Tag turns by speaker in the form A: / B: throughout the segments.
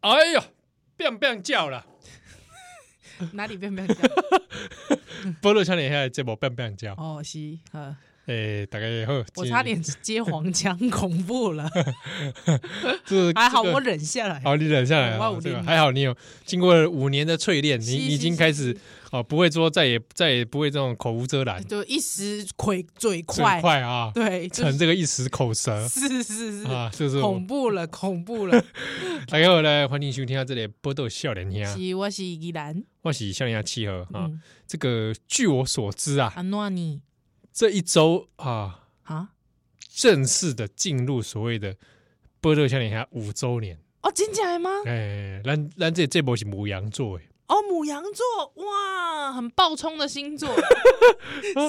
A: 哎呦，变变叫啦，
B: 哪里变变叫？
A: 菠萝少年下节目变变叫，
B: 哦，是，呃，
A: 诶、大概好，
B: 我差点接黄腔，恐 怖了，
A: 这
B: 还好
A: 这个
B: 我忍下来。
A: 好，你忍下来
B: 我有
A: 了，
B: 忍
A: 这个
B: 耐
A: 还好，你有经过了五年的淬炼，
B: 是
A: 你你
B: 是
A: 已经
B: 是
A: 开
B: 是
A: 始哦，不会说再也再也不会这种口无遮拦，
B: 就一时嘴
A: 嘴
B: 嘴快，
A: 快啊，
B: 对，就
A: 逞
B: 是
A: 这个一时口舌
B: 是是是，
A: 啊，就是我
B: 恐怖 了，恐怖了。
A: 大家好来欢迎收听到这里波豆笑脸兄，
B: 是，我是依兰，
A: 啊我是笑脸兄七和啊。
B: 嗯，
A: 这个据我所知啊，
B: 阿诺尼
A: 这一周啊，
B: 啊，
A: 正式的进入所谓的波豆笑脸兄五周年。
B: 哦，真假的吗？
A: 哎，咱咱这这波是母羊座哎，
B: 哦，母羊座，哇，很暴冲的星 座，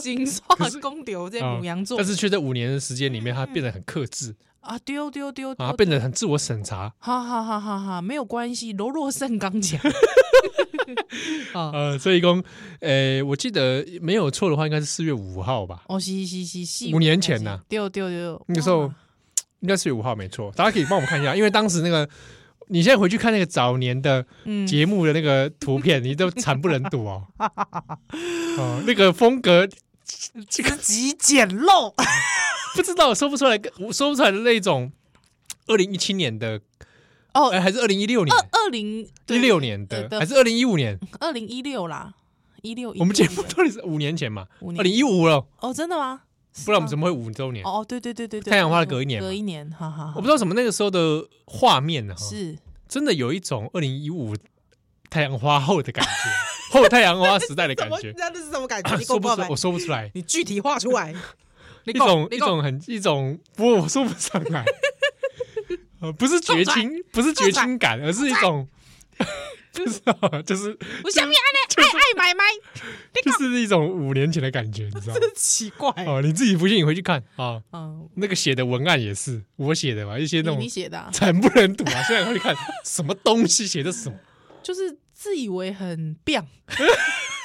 B: 行刷公牛在
A: 啊
B: 母羊座，
A: 但是却在五年的时间里面，他变得很克制
B: 啊，丢丢丢丢
A: 啊，，变得很自我审查。
B: 哈哈哈哈哈，没有关系，柔弱胜 刚强。啊，
A: 呃，所以讲，呃，我记得没有错的话，应该是四月五号吧，
B: 哦，是是是是，
A: 五年前呐
B: 丢丢丢，
A: 那个时候
B: 哇
A: 应该四月五号没错。大家可以帮我们看一下，因为当时那个，你现在回去看那个早年的
B: 嗯，
A: 节目的那个图片，你都惨不忍睹哦。哦，那个风格
B: 这个极 简陋，
A: 不知道说不出来，我说不出来的那种。二零一七年的，
B: 哦
A: 呃，还是二零一六年、
B: 二零
A: 一六年的，
B: 对
A: 还是二零一五年？
B: 二零一六啦，一六，
A: 我们节目到底是五年前嘛？
B: 五
A: 二
B: 年
A: 零一五了，
B: 哦，真的吗？
A: 不然我们怎
B: 么？
A: 么会五周年？
B: 哦，对对对对对，
A: 太阳花
B: 对对
A: 隔一年嘛
B: 隔一年，哈哈，
A: 我不知道哦什么那个时候的画面呢、哈
B: 是
A: 真的有一种二零一五太阳花后的感 觉，后太阳花时代的感觉，啊
B: 那这是什么感觉
A: 说不出，我说不出来，
B: 你具体画 出来，你
A: 一种一种很一种，不过我说不上 来，呃，不是绝情，不是绝情感，而是一种，不知道， 就是
B: 我下面安呢，爱爱买买，
A: 就是一种五年前的感觉， 你知道吗？
B: 真奇怪。
A: 哦，你自己不信，你回去看啊，
B: 嗯，
A: 那个写的文案也是我写的嘛，一些那
B: 你
A: 种
B: 你写的啊
A: 惨不忍睹啊！现在回去看，什么东西写的什么，
B: 就是自以为很棒，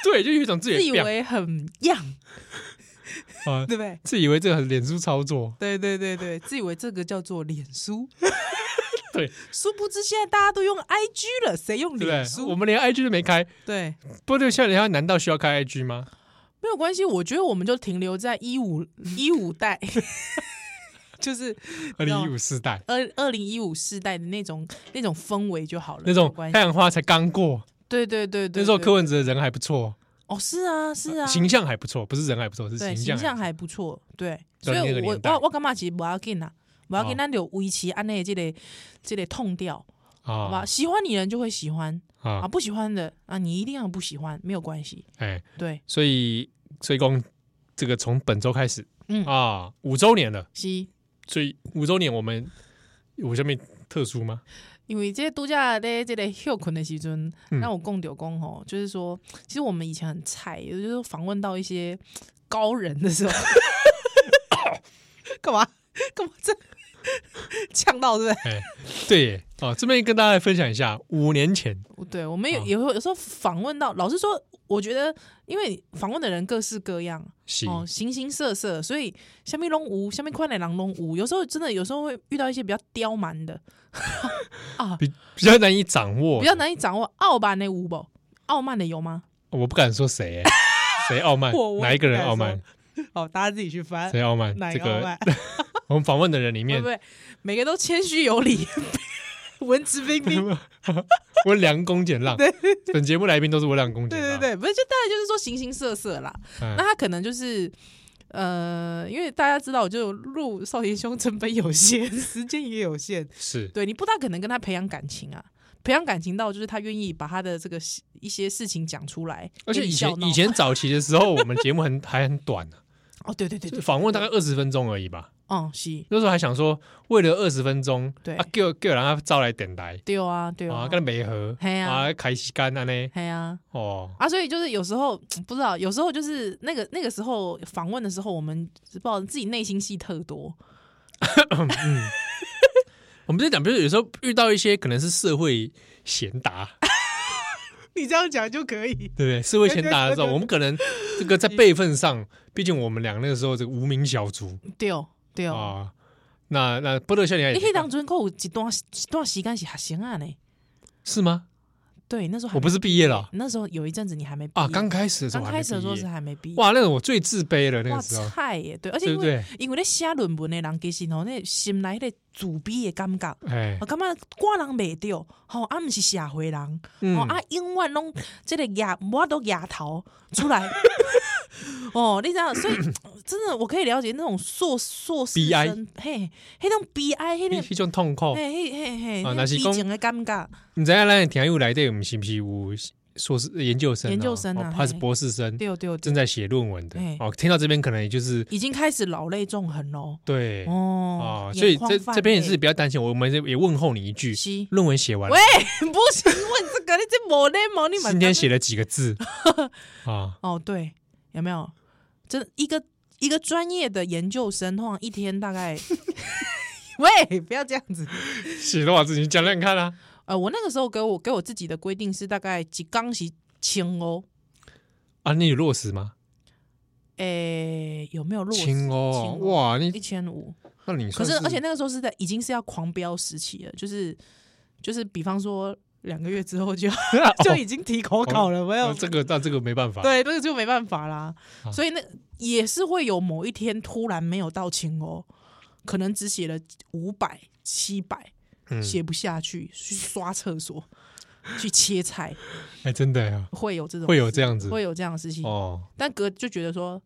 A: 对，就有一种自
B: 自
A: 己
B: 以
A: 的
B: 为很样，
A: 表啊，
B: 对不对？
A: 自以为这个很脸书操作，
B: 对对对对，自以为这个叫做脸书，
A: 对
B: 殊不知现在大家都用 IG 了，谁用
A: 对不对
B: 脸？书？
A: 我们连 IG 都没开，
B: 对，
A: 不对，笑脸他难道需要开 IG 吗？
B: 没有关系，我觉得我们就停留在一五
A: 嗯
B: 一五代， 就是
A: 二零一五世代
B: 二二零一五世代的那种那种氛围就好了，
A: 那
B: 没有
A: 种
B: 关系
A: 太。阳花才刚过，
B: 对对对对，
A: 那时候
B: 对
A: 柯文哲人还不错，
B: 哦是啊是啊，
A: 形象还不错，不是人还不错，是
B: 对
A: 形
B: 形象
A: 象
B: 还不错，对，
A: 对
B: 所
A: 那个
B: 以我
A: 年代
B: 我我干嘛其实不要紧啦，不要
A: 哦
B: 紧，咱就维持安内这个这个痛调，好吧？
A: 啊
B: 喜欢你的人就会喜欢啊，
A: 啊
B: 不喜欢的啊，你一定要不喜欢，没有关系，
A: 哎，
B: 对，
A: 所以所以公这个从本周开始，
B: 嗯
A: 啊，五周年了，
B: 是。
A: 所以五周年我们有下面特殊吗？
B: 因为这度假的这个休困的时阵，
A: 嗯
B: 让我共丢工吼，就是说，其实我们以前很菜，也就是访问到一些 高人的时候， 干嘛干嘛这 呛到对不对？
A: 哎，对耶，哦，这边跟大家来分享一下，五年前
B: 对，我们也
A: 啊
B: 也会有时候访问到，老实说，我觉得因为访问的人各式各样
A: 是
B: 哦，形形色色，所以下面龙无，下面快点狼龙无，有时候真的有时候会遇到一些比较刁蛮的啊，
A: 比比较难以掌握，
B: 比较难以掌握傲慢的无不，傲慢的有吗？
A: 我不敢说 谁耶，谁傲慢
B: 我，我
A: 哪一个人傲
B: 不
A: 慢，
B: 哦，大家自己去翻
A: 谁傲慢，这个我们访问的人里
B: 对
A: 面
B: 不，对？每个都谦虚有礼， 文质彬 彬。
A: 温良恭俭让，本节目来宾都是温良恭俭
B: 对对
A: 让，
B: 对，不是就当然就是说形形色色啦。
A: 嗯
B: 那他可能就是呃，因为大家知道，就录少年兄成本有限， 时间也有限，
A: 是
B: 对你不大可能跟他培养感情啊。培养感情到就是他愿意把他的这个事一些事情讲出来，
A: 而且
B: 给
A: 以
B: 你
A: 前
B: 笑闹
A: 以前早期的时候，我们节目很 还很短呢，
B: 哦，对 对对
A: 就
B: 对，
A: 访问大概二十分钟而已吧。
B: 嗯，是，
A: 那时候还想说，为了二十分钟，
B: 对
A: 啊，叫叫人家招来点来
B: 对啊，对
A: 啊，
B: 啊，
A: 跟美和
B: 嘿啊
A: 啊，开时间安呢，
B: 嘿啊，
A: 哦，
B: 啊，所以就是有时候不知道，有时候就是那个那个时候访问的时候，我们不知道自己内心戏特多，
A: 我们在讲，比如有时候遇到一些可能是社会贤达，
B: 你这样讲就可以。
A: 对不对？社会贤达 的时候，我们可能这个在辈分上，毕竟我们俩那个时候这个无名小卒
B: 对哦，对哦，
A: 啊。那那波特少年也
B: 你可以当准有一段一段时间是学生啊呢，
A: 是吗？
B: 对，那时候还
A: 我不
B: 没
A: 是毕业了
B: 那时候有一阵子你还没毕
A: 啊，
B: 业
A: 刚开始的时候
B: 刚
A: 还没
B: 开始的时候
A: 毕业
B: 是还没毕业。
A: 哇，那个我最自卑了，那
B: 哇
A: 个时候，
B: 菜耶，对，而且
A: 对
B: 因
A: 不
B: 为
A: 对？
B: 因为咧写论文的人其实吼，哦那心内迄个自卑的感觉，啊
A: 哎
B: 我，感觉挂人袂掉，吼啊，毋是社会人，
A: 嗯
B: 哦，啊，永远拢即个牙，我都牙头 出来。哦，你知道，所以 真的我可以了解那种硕硕士
A: 悲哀
B: 生，嘿，迄种悲哀，迄
A: 迄
B: 个
A: 迄种痛苦，
B: 嘿嘿嘿嘿，
A: 啊若哦
B: 那种
A: 是
B: 悲
A: 讲
B: 情的感觉，
A: 你知影咱的听友来对，毋是毋是有硕士研究生啊、
B: 研究生啊
A: 哦还是
B: 嘿
A: 博士生，
B: 对对对
A: 正，在写论文的
B: 嘿
A: 哦。听到这边可能也就是
B: 已经开始老泪纵横喽。
A: 对
B: 哦
A: 哦，，
B: 眼
A: 所以
B: 眶
A: 这
B: 泛
A: 这边也
B: 泪
A: 是不要担心，我们也问候你一句，
B: 是
A: 论文写完了
B: 喂， 不行，问这个你这没礼貌，你嘛
A: 今天写了几个 字啊？
B: 哦，对，有没有？真一个一个专业的研究生，通常一天大 概，喂，不要这样子。
A: 写多少字？你讲讲看啊！
B: 呃，我那个时候给我给我自己的规定是大概几缸洗清哦，
A: 啊，你有落实吗？
B: 诶，有没有落实
A: 轻哦，哇，
B: 一
A: 你
B: 千五，
A: 那你
B: 可
A: 算
B: 是而且那个时候是在已经是要狂飙时期了，就是就是比方说两个月之 后就就已经提口考了，没有
A: 哦这个那这个没办法，
B: 对，那个就没办法啦。
A: 啊
B: 所以那也是会有某一天突然没有到清哦，可能只写了五百、七百，
A: 嗯，
B: 写不下去，去刷厕所，去切菜，
A: 哎，真的呀，
B: 会有这种
A: 会有
B: 事
A: 这样子
B: 会有这样的事情。
A: 哦，
B: 但哥就觉得说，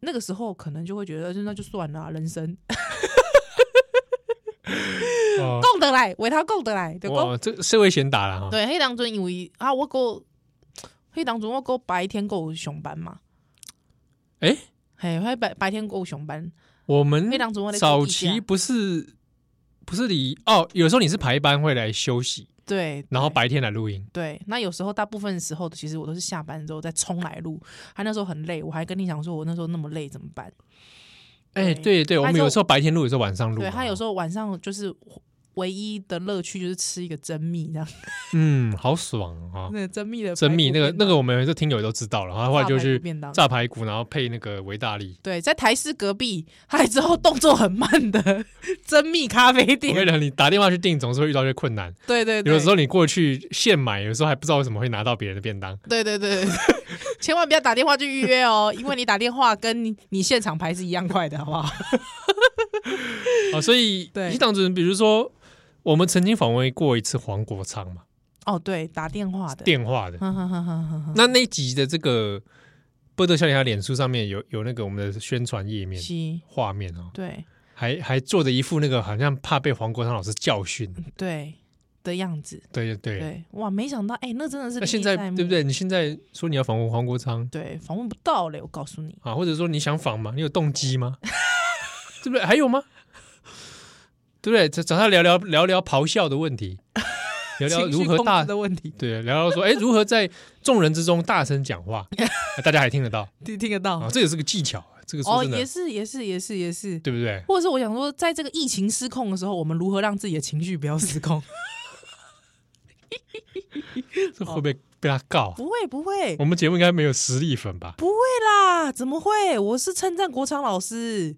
B: 那个时候可能就会觉得，就那就算了啊、人生
A: 哦
B: 供得来，为他供得来，对不？
A: 哇，这社会贤达了哈，
B: 对，黑当中因为啊，我够黑当中我够白天够上班嘛，
A: 哎，
B: 嘿，我白白天够上班，
A: 我们
B: 黑当中我在
A: 早
B: 做地
A: 期
B: 下
A: 不是不是你哦，有时候你是排班会来休息，
B: 对，
A: 然后
B: 对
A: 白天来录音，
B: 对，那有时候大部分时候，其实我都是下班之后再冲来录。他那时候很累，我还跟你讲说，我那时候那么累怎么办？
A: 哎，对
B: 对
A: 对，我
B: 他
A: 们
B: 就
A: 有时候白天录，有时候晚上录啊嘛，
B: 对他有时候晚上就是唯一的乐趣就是吃一个蒸蜜，这样
A: 嗯，好爽啊，
B: 那个蒸蜜的
A: 神秘那个那
B: 个
A: 个我们这听友也都知道了，然后后来就去
B: 便当。
A: 炸排骨，然后配那个维大 利。
B: 对，在台式隔壁，还之后动作很慢的蒸蜜咖啡
A: 我跟
B: 店
A: 你，讲，你打电话去订总是会遇到一些困难，
B: 对对对，
A: 有时候你过去现买，有时候还不知道为什么会拿到别人的便当。
B: 对对对， 对千万不要打电话去预约哦，因为你打电话跟你你现场排是一样快的，好不好？
A: 啊，所以
B: 对
A: 一档子，比如说我们曾经访问过一次黄国昌嘛，
B: 哦，对，嗯打电话的，
A: 电话的。
B: 哼哼哼哼哼哼
A: 那那一集的这个波特笑脸他脸书上面有有那个我们的宣传页面
B: 是，
A: 画面哦，
B: 对。
A: 还还做着一副那个好像怕被黄国昌老师教训，
B: 对的样子。
A: 对对对。
B: 嗯对，哇，没想到，哎、那真的
A: 那
B: 是历
A: 现
B: 历
A: 在
B: 目
A: 对不？对？你现在说你要访问黄国昌
B: 对，访问不到嘞，我告诉你，
A: 啊，或者说你想访吗？你有动机吗？ 对不对？还有吗？对不对？找找他聊聊聊聊咆哮的问题，聊聊
B: 情绪
A: 如何
B: 控
A: 大
B: 制的问题，
A: 对，聊到说，哎，如何在众人之中大声讲话， 啊大家还听得到
B: 听听得到
A: 啊，这也是个技巧，这个说
B: 哦，
A: 真的
B: 也，是，也是，也是，也是。
A: 对不对？
B: 或者是我想说，在这个疫情失控的时候，我们如何让自己的情绪不要失控？
A: 这会不会被他告啊？
B: 哦不会，不会，
A: 我们节目应该没有实力粉吧？
B: 不会啦，怎么会？我是称赞国昌老师，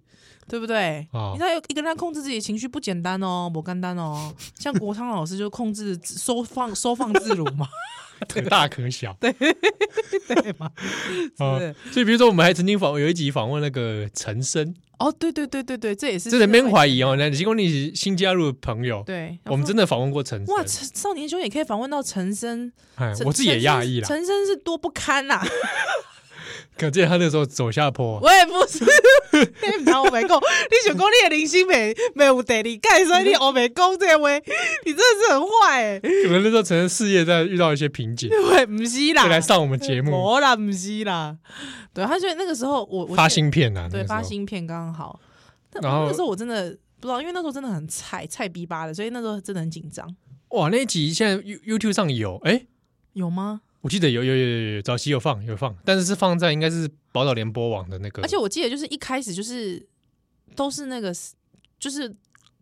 B: 对不对？
A: 哦
B: 你看，一个人控制自己的情绪不简单哦，不简单哦。像国昌老师就控制自收放收放自如嘛，
A: 可大可小，对
B: 对嘛？
A: 啊
B: 不是。
A: 所以，比如说，我们还曾经访有一集访问那个陈生，
B: 哦，对对对对对，这也是
A: 真的没
B: 社会
A: 怀疑哦。那如果你是新加入的朋友，
B: 对，
A: 我们真
B: 的
A: 的访问过陈生
B: 哇，，陈少年兄也可以访问到陈生，
A: 哎
B: 陈
A: 我自己也讶异啦。
B: 陈生是多不堪啊呐、
A: 可见他那时候走下 坡，
B: 我也不是，你唔当我没讲，你想讲你的零星没没有第二届，所以你我没讲这话，你真的是很坏诶、欸，
A: 可能那时候陈生事业在遇到一些瓶颈，
B: 对，不是 啦
A: 就，来上我们节目
B: 没啦，不是啦，对，他所以那个时候我我
A: 发芯片啊，
B: 对
A: 那时候
B: 发芯片刚刚好，但
A: 然后
B: 那个时候我真的。不知道，因为那时候真的很菜菜逼吧的，所以那时候真的很紧张。
A: 哇，那一集现在 You YouTube 上有，哎、
B: 有吗？
A: 我记得有有有有有早期有放有放，但是是放在应该是宝岛联播网的那个，
B: 而且我记得就是一开始就是都是那个，就是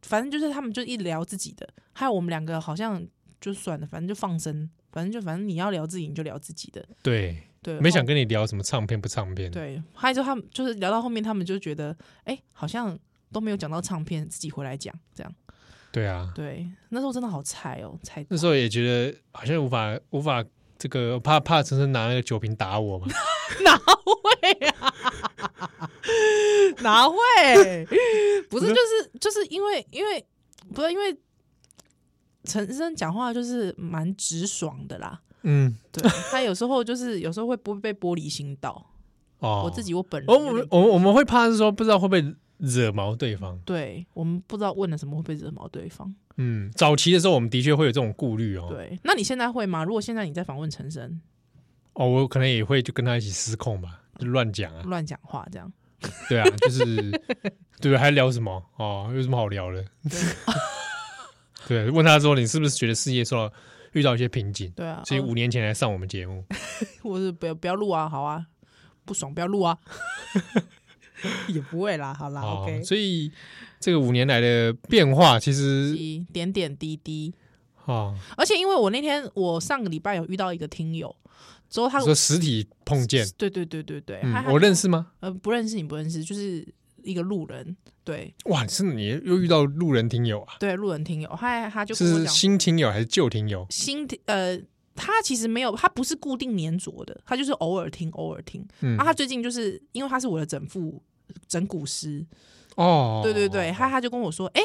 B: 反正就是他们就一聊自己的，还有我们两个好像就算了，反正就放生，反正就反正你要聊自己你就聊自己的，
A: 对，
B: 对，
A: 没想
B: 后
A: 跟你聊什么唱片不唱片，，
B: 对，还有就他们就是聊到后面，他们就觉得哎、好像都没有讲到唱片，自己回来讲这样。
A: 对啊，
B: 对，那时候真的好菜哦，菜
A: 那时候也觉得好像无法无法这个怕怕陈晨拿那个酒瓶打我嘛，
B: 哪会啊？ 哪会？不是，就是就是因为因为不是因为陈生讲话就是蛮直爽的啦，
A: 嗯，
B: 对 他有时候就是有时候会不被玻璃心到，
A: 哦，
B: 我自，己我本 人
A: 我
B: 有点、
A: 我们我们我们会怕是说不知道会不会惹毛对方，
B: 对我们不知道问了什么会被惹毛对方。
A: 嗯，早期的时候我们的确会有这种顾虑哦，
B: 对，那你现在会吗？如果现在你在访问陈生
A: 哦，我可能也会就跟他一起失控吧，就乱讲啊，
B: 乱讲话这样，
A: 对啊，就是 对，还聊什么哦，有什么好聊的？对， 问他说你是不是觉得事业受到遇到一些瓶颈，
B: 对啊，
A: 所以
B: 哦
A: 五年前来上我们节目，
B: 或是不要不要录啊，好啊，不爽不要录啊， 也不会啦，好啦、
A: 哦
B: o k
A: 所以这个五年来的变化，其实
B: 以点点滴滴，
A: 啊，
B: 而且因为我那天我上个礼拜有遇到一个听友，之后他
A: 你说实体碰见，
B: 对对对对对，他
A: 嗯，
B: 还
A: 我认识吗？
B: 呃不认识你不认识，就是一个路人，对
A: 哇，是你又遇到路人听友啊？
B: 对路人听友，他他就跟我
A: 是
B: 讲
A: 新听友还是旧听友？
B: 新听呃，他其实没有，他不是固定粘着的，他就是偶尔听，偶尔听。
A: 嗯
B: 啊，他最近就是因为他是我的整副整蛊师，
A: 哦，
B: 对对对，他他就跟我说，哎、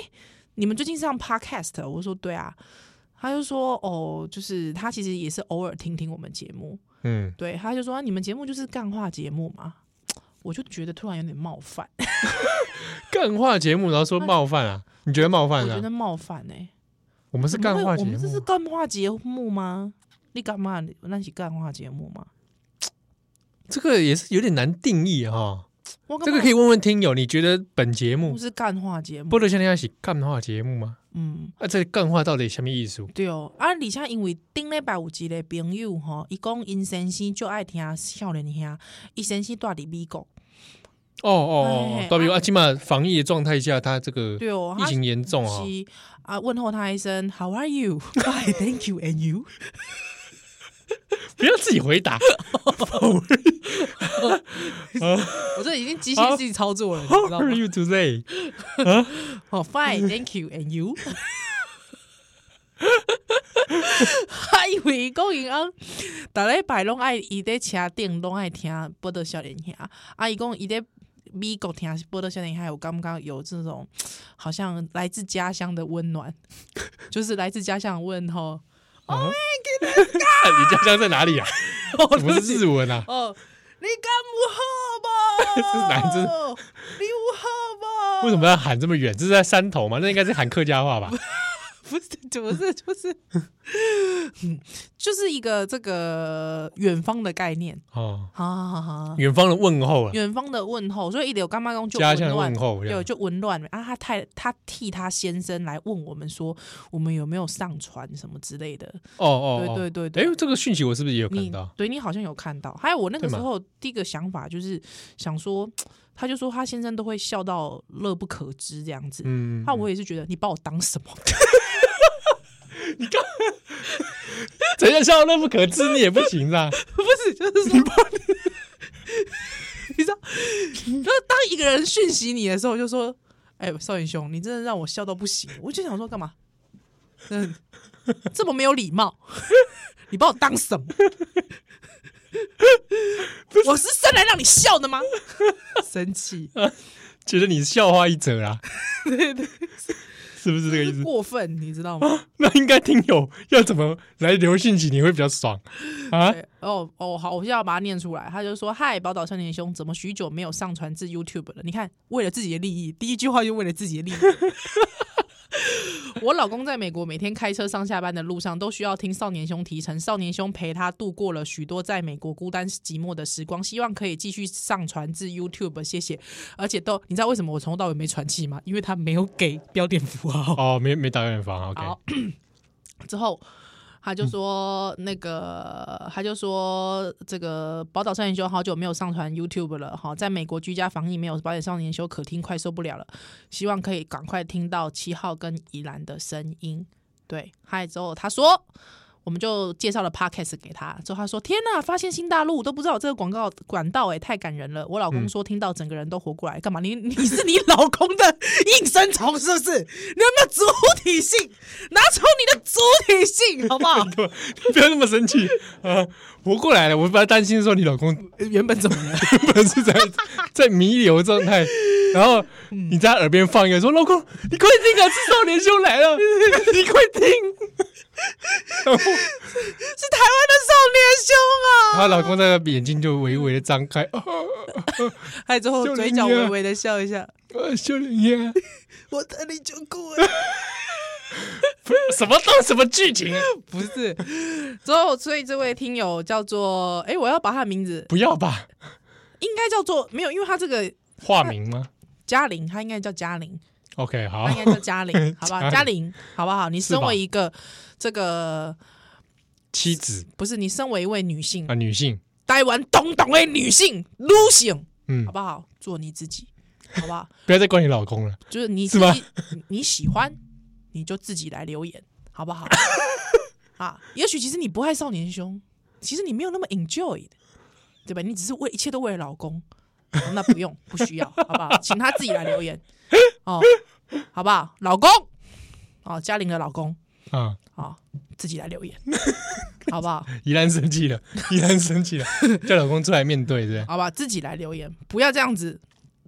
B: 你们最近上 podcast？我说对啊，他就说哦，就是他其实也是偶尔听听我们节目，
A: 嗯，
B: 对，他就说、啊你们节目就是干话节目嘛。我就觉得突然有点冒犯，
A: 干话节目，然后说冒犯啊？你觉得冒
B: 我
A: 犯
B: 觉
A: 啊
B: 得？冒犯哎、
A: 我们是
B: 怎
A: 干
B: 么会
A: 话节
B: 我
A: 目
B: 们这是
A: 啊，
B: 干话节目吗？你干嘛？那是干话节目吗？
A: 这个也是有点难定义哈。
B: 我
A: 这个可以问问听友，你觉得本节
B: 不
A: 目
B: 是干话节目，
A: 播的像那样是干话节目吗？
B: 嗯，
A: 啊，这干话到底什么意思？
B: 对哦。啊，而且因为顶礼拜有一个朋友吼，伊讲因先生就爱听少年兄，伊先生住伫美国，
A: 哦哦
B: 哎
A: 哦，代表啊，起码防疫的状态下，他这个
B: 对哦，
A: 疫
B: 他
A: 情严重啊，
B: 是啊，问候他一声 How are you? I thank you and you
A: 不要自己回 答。
B: 我这已经机械自己操作了，你知
A: How
B: 道
A: are
B: 吗？
A: you today？
B: 哦、f i n e thank you and you 。他 以为讲伊讲，逐礼拜拢爱伊在车顶拢爱听《波多少年兄》，啊，伊讲伊在美国听《波多少年兄》，我感觉有这种好像来自家乡的温暖， 就是来自家乡的问候。
A: 你家乡在哪里 啊？
B: 哦，
A: 怎么是日文啊？
B: 哦，你敢有
A: 这
B: 好
A: 是
B: 无？
A: 哪一只
B: 你有好无？
A: 为什么要喊这么远？这是在山头吗？那应该是喊客家 话吧？
B: 不是， 怎么是就是，嗯，就是一个这个远方的概念，
A: 哦，
B: 好好好好，
A: 远方的问候啊，
B: 远方的问候，所以一有干妈公就
A: 家乡的
B: 温
A: 问
B: 暖，
A: 候，这样
B: 对，就温暖啊。他太他替他先生来问我们说，我们有没有上传什么之类的，
A: 哦哦，哦
B: 对对对对。
A: 哎，这个讯息我是不是也有看
B: 你
A: 到？
B: 对你好像有看到，还有我那个
A: 对
B: 时
A: 嘛
B: 候第一个想法就是想说，他就说他先生都会笑到乐不可支这样子，
A: 嗯，
B: 那、我也是觉得你把我当什么？
A: 怎样 笑那不可知，你也不行啊！
B: 不是，就是说， 你知道，你知道，当一个人讯息你的时候，就说：“哎、少年兄，你真的让我笑到不行。”我就想说，干嘛？嗯，这么没有礼貌， 你把我当什么？我是生来让你笑的吗？ 生 气，
A: 觉得你是笑话一则啦，
B: 对对，
A: 是不是这个意思？
B: 过分，你知道吗？
A: 那应该听友要怎么来留讯息，你会比较爽啊？
B: 对，哦哦，好，我现在要把它念出来。他就说：“嗨，宝岛少年兄，怎么许久没有上传至 YouTube 了？你看，为了自己的利益，第一句话就为了自己的利益。 我老公在美国，每天开车上下班的路上都需要听少年兄提成，少年兄陪他度过了许多在美国孤单寂寞的时光，希望可以继续上传至 YouTube，谢谢。而且都，你知道为什么我从头到尾没喘气吗？因为他没有给标点符号。
A: 哦，没没打远房，OK，
B: 好 之后他就说那个，他就说这个《宝岛少年修》好久没有上传 YouTube 了哈，在美国居家防疫没有《宝岛少年修》可听，快受不了了，希望可以赶快听到七号跟怡兰的声音。对，嗨之后他说。我们就介绍了 podcast 给他，之后他说：“天呐，发现新大陆，都不知道有这个广告管道、欸，哎，太感人了。”我老
A: 嗯
B: 公说听到整个人都活过来，干嘛？你你是你老公的应声虫是不是？你有没有主体性？拿出你的主体性好不好？
A: 对吧，你 不要那么生气啊！活过来了，我本来担心说你老公
B: 原本怎么了？
A: 原本是在在弥留状态，然后
B: 嗯
A: 你在他耳边放一个说：“老公，你快听啊，是少年兄来了，你快听。”啊然后
B: 是 台湾的少
A: 然
B: 年
A: 后老公那个眼睛就微微的张开，啊，
B: 兄 啊！还有之后
A: 就
B: 嘴
A: 人
B: 角
A: 家
B: 微微的笑一下，
A: 啊少年爷，
B: 我带你就过了。
A: 什么都什么剧情啊，
B: 不是，之后所以这位听友叫做，哎、我要把他的名字
A: 不要吧？
B: 应该叫做没有，因为他这个
A: 化名吗
B: 嘉玲，他应该叫嘉玲，
A: ？OK，好
B: 他，应该叫嘉玲，好不好？
A: 哦 嘉
B: 嘉玲，好不好？你身
A: 是吧
B: 为一个这个
A: 妻子
B: 不是你身为一位女性，
A: 啊，女性，
B: 台湾东东的女性 Lucy，
A: 嗯
B: 好，不好？做你自己，好不好？
A: 不要再怪你老公了，
B: 就是你
A: 是
B: 自
A: 吗
B: 己你你喜欢，你就自己来留言，好 不好？啊，也许其实你不爱少年兄，其实你没有那么 enjoy 的，对吧？你只是为一切都为了老公，哦那不用不需要，好不好？请他自己来 留言哦，好不好？老公，哦，嘉玲的老公
A: 啊，
B: 哦，自己来留言，好不好？
A: 怡然生 气了，怡然生气了，叫老公出来面对，对不对？
B: 好吧，自己来留言，不要这样子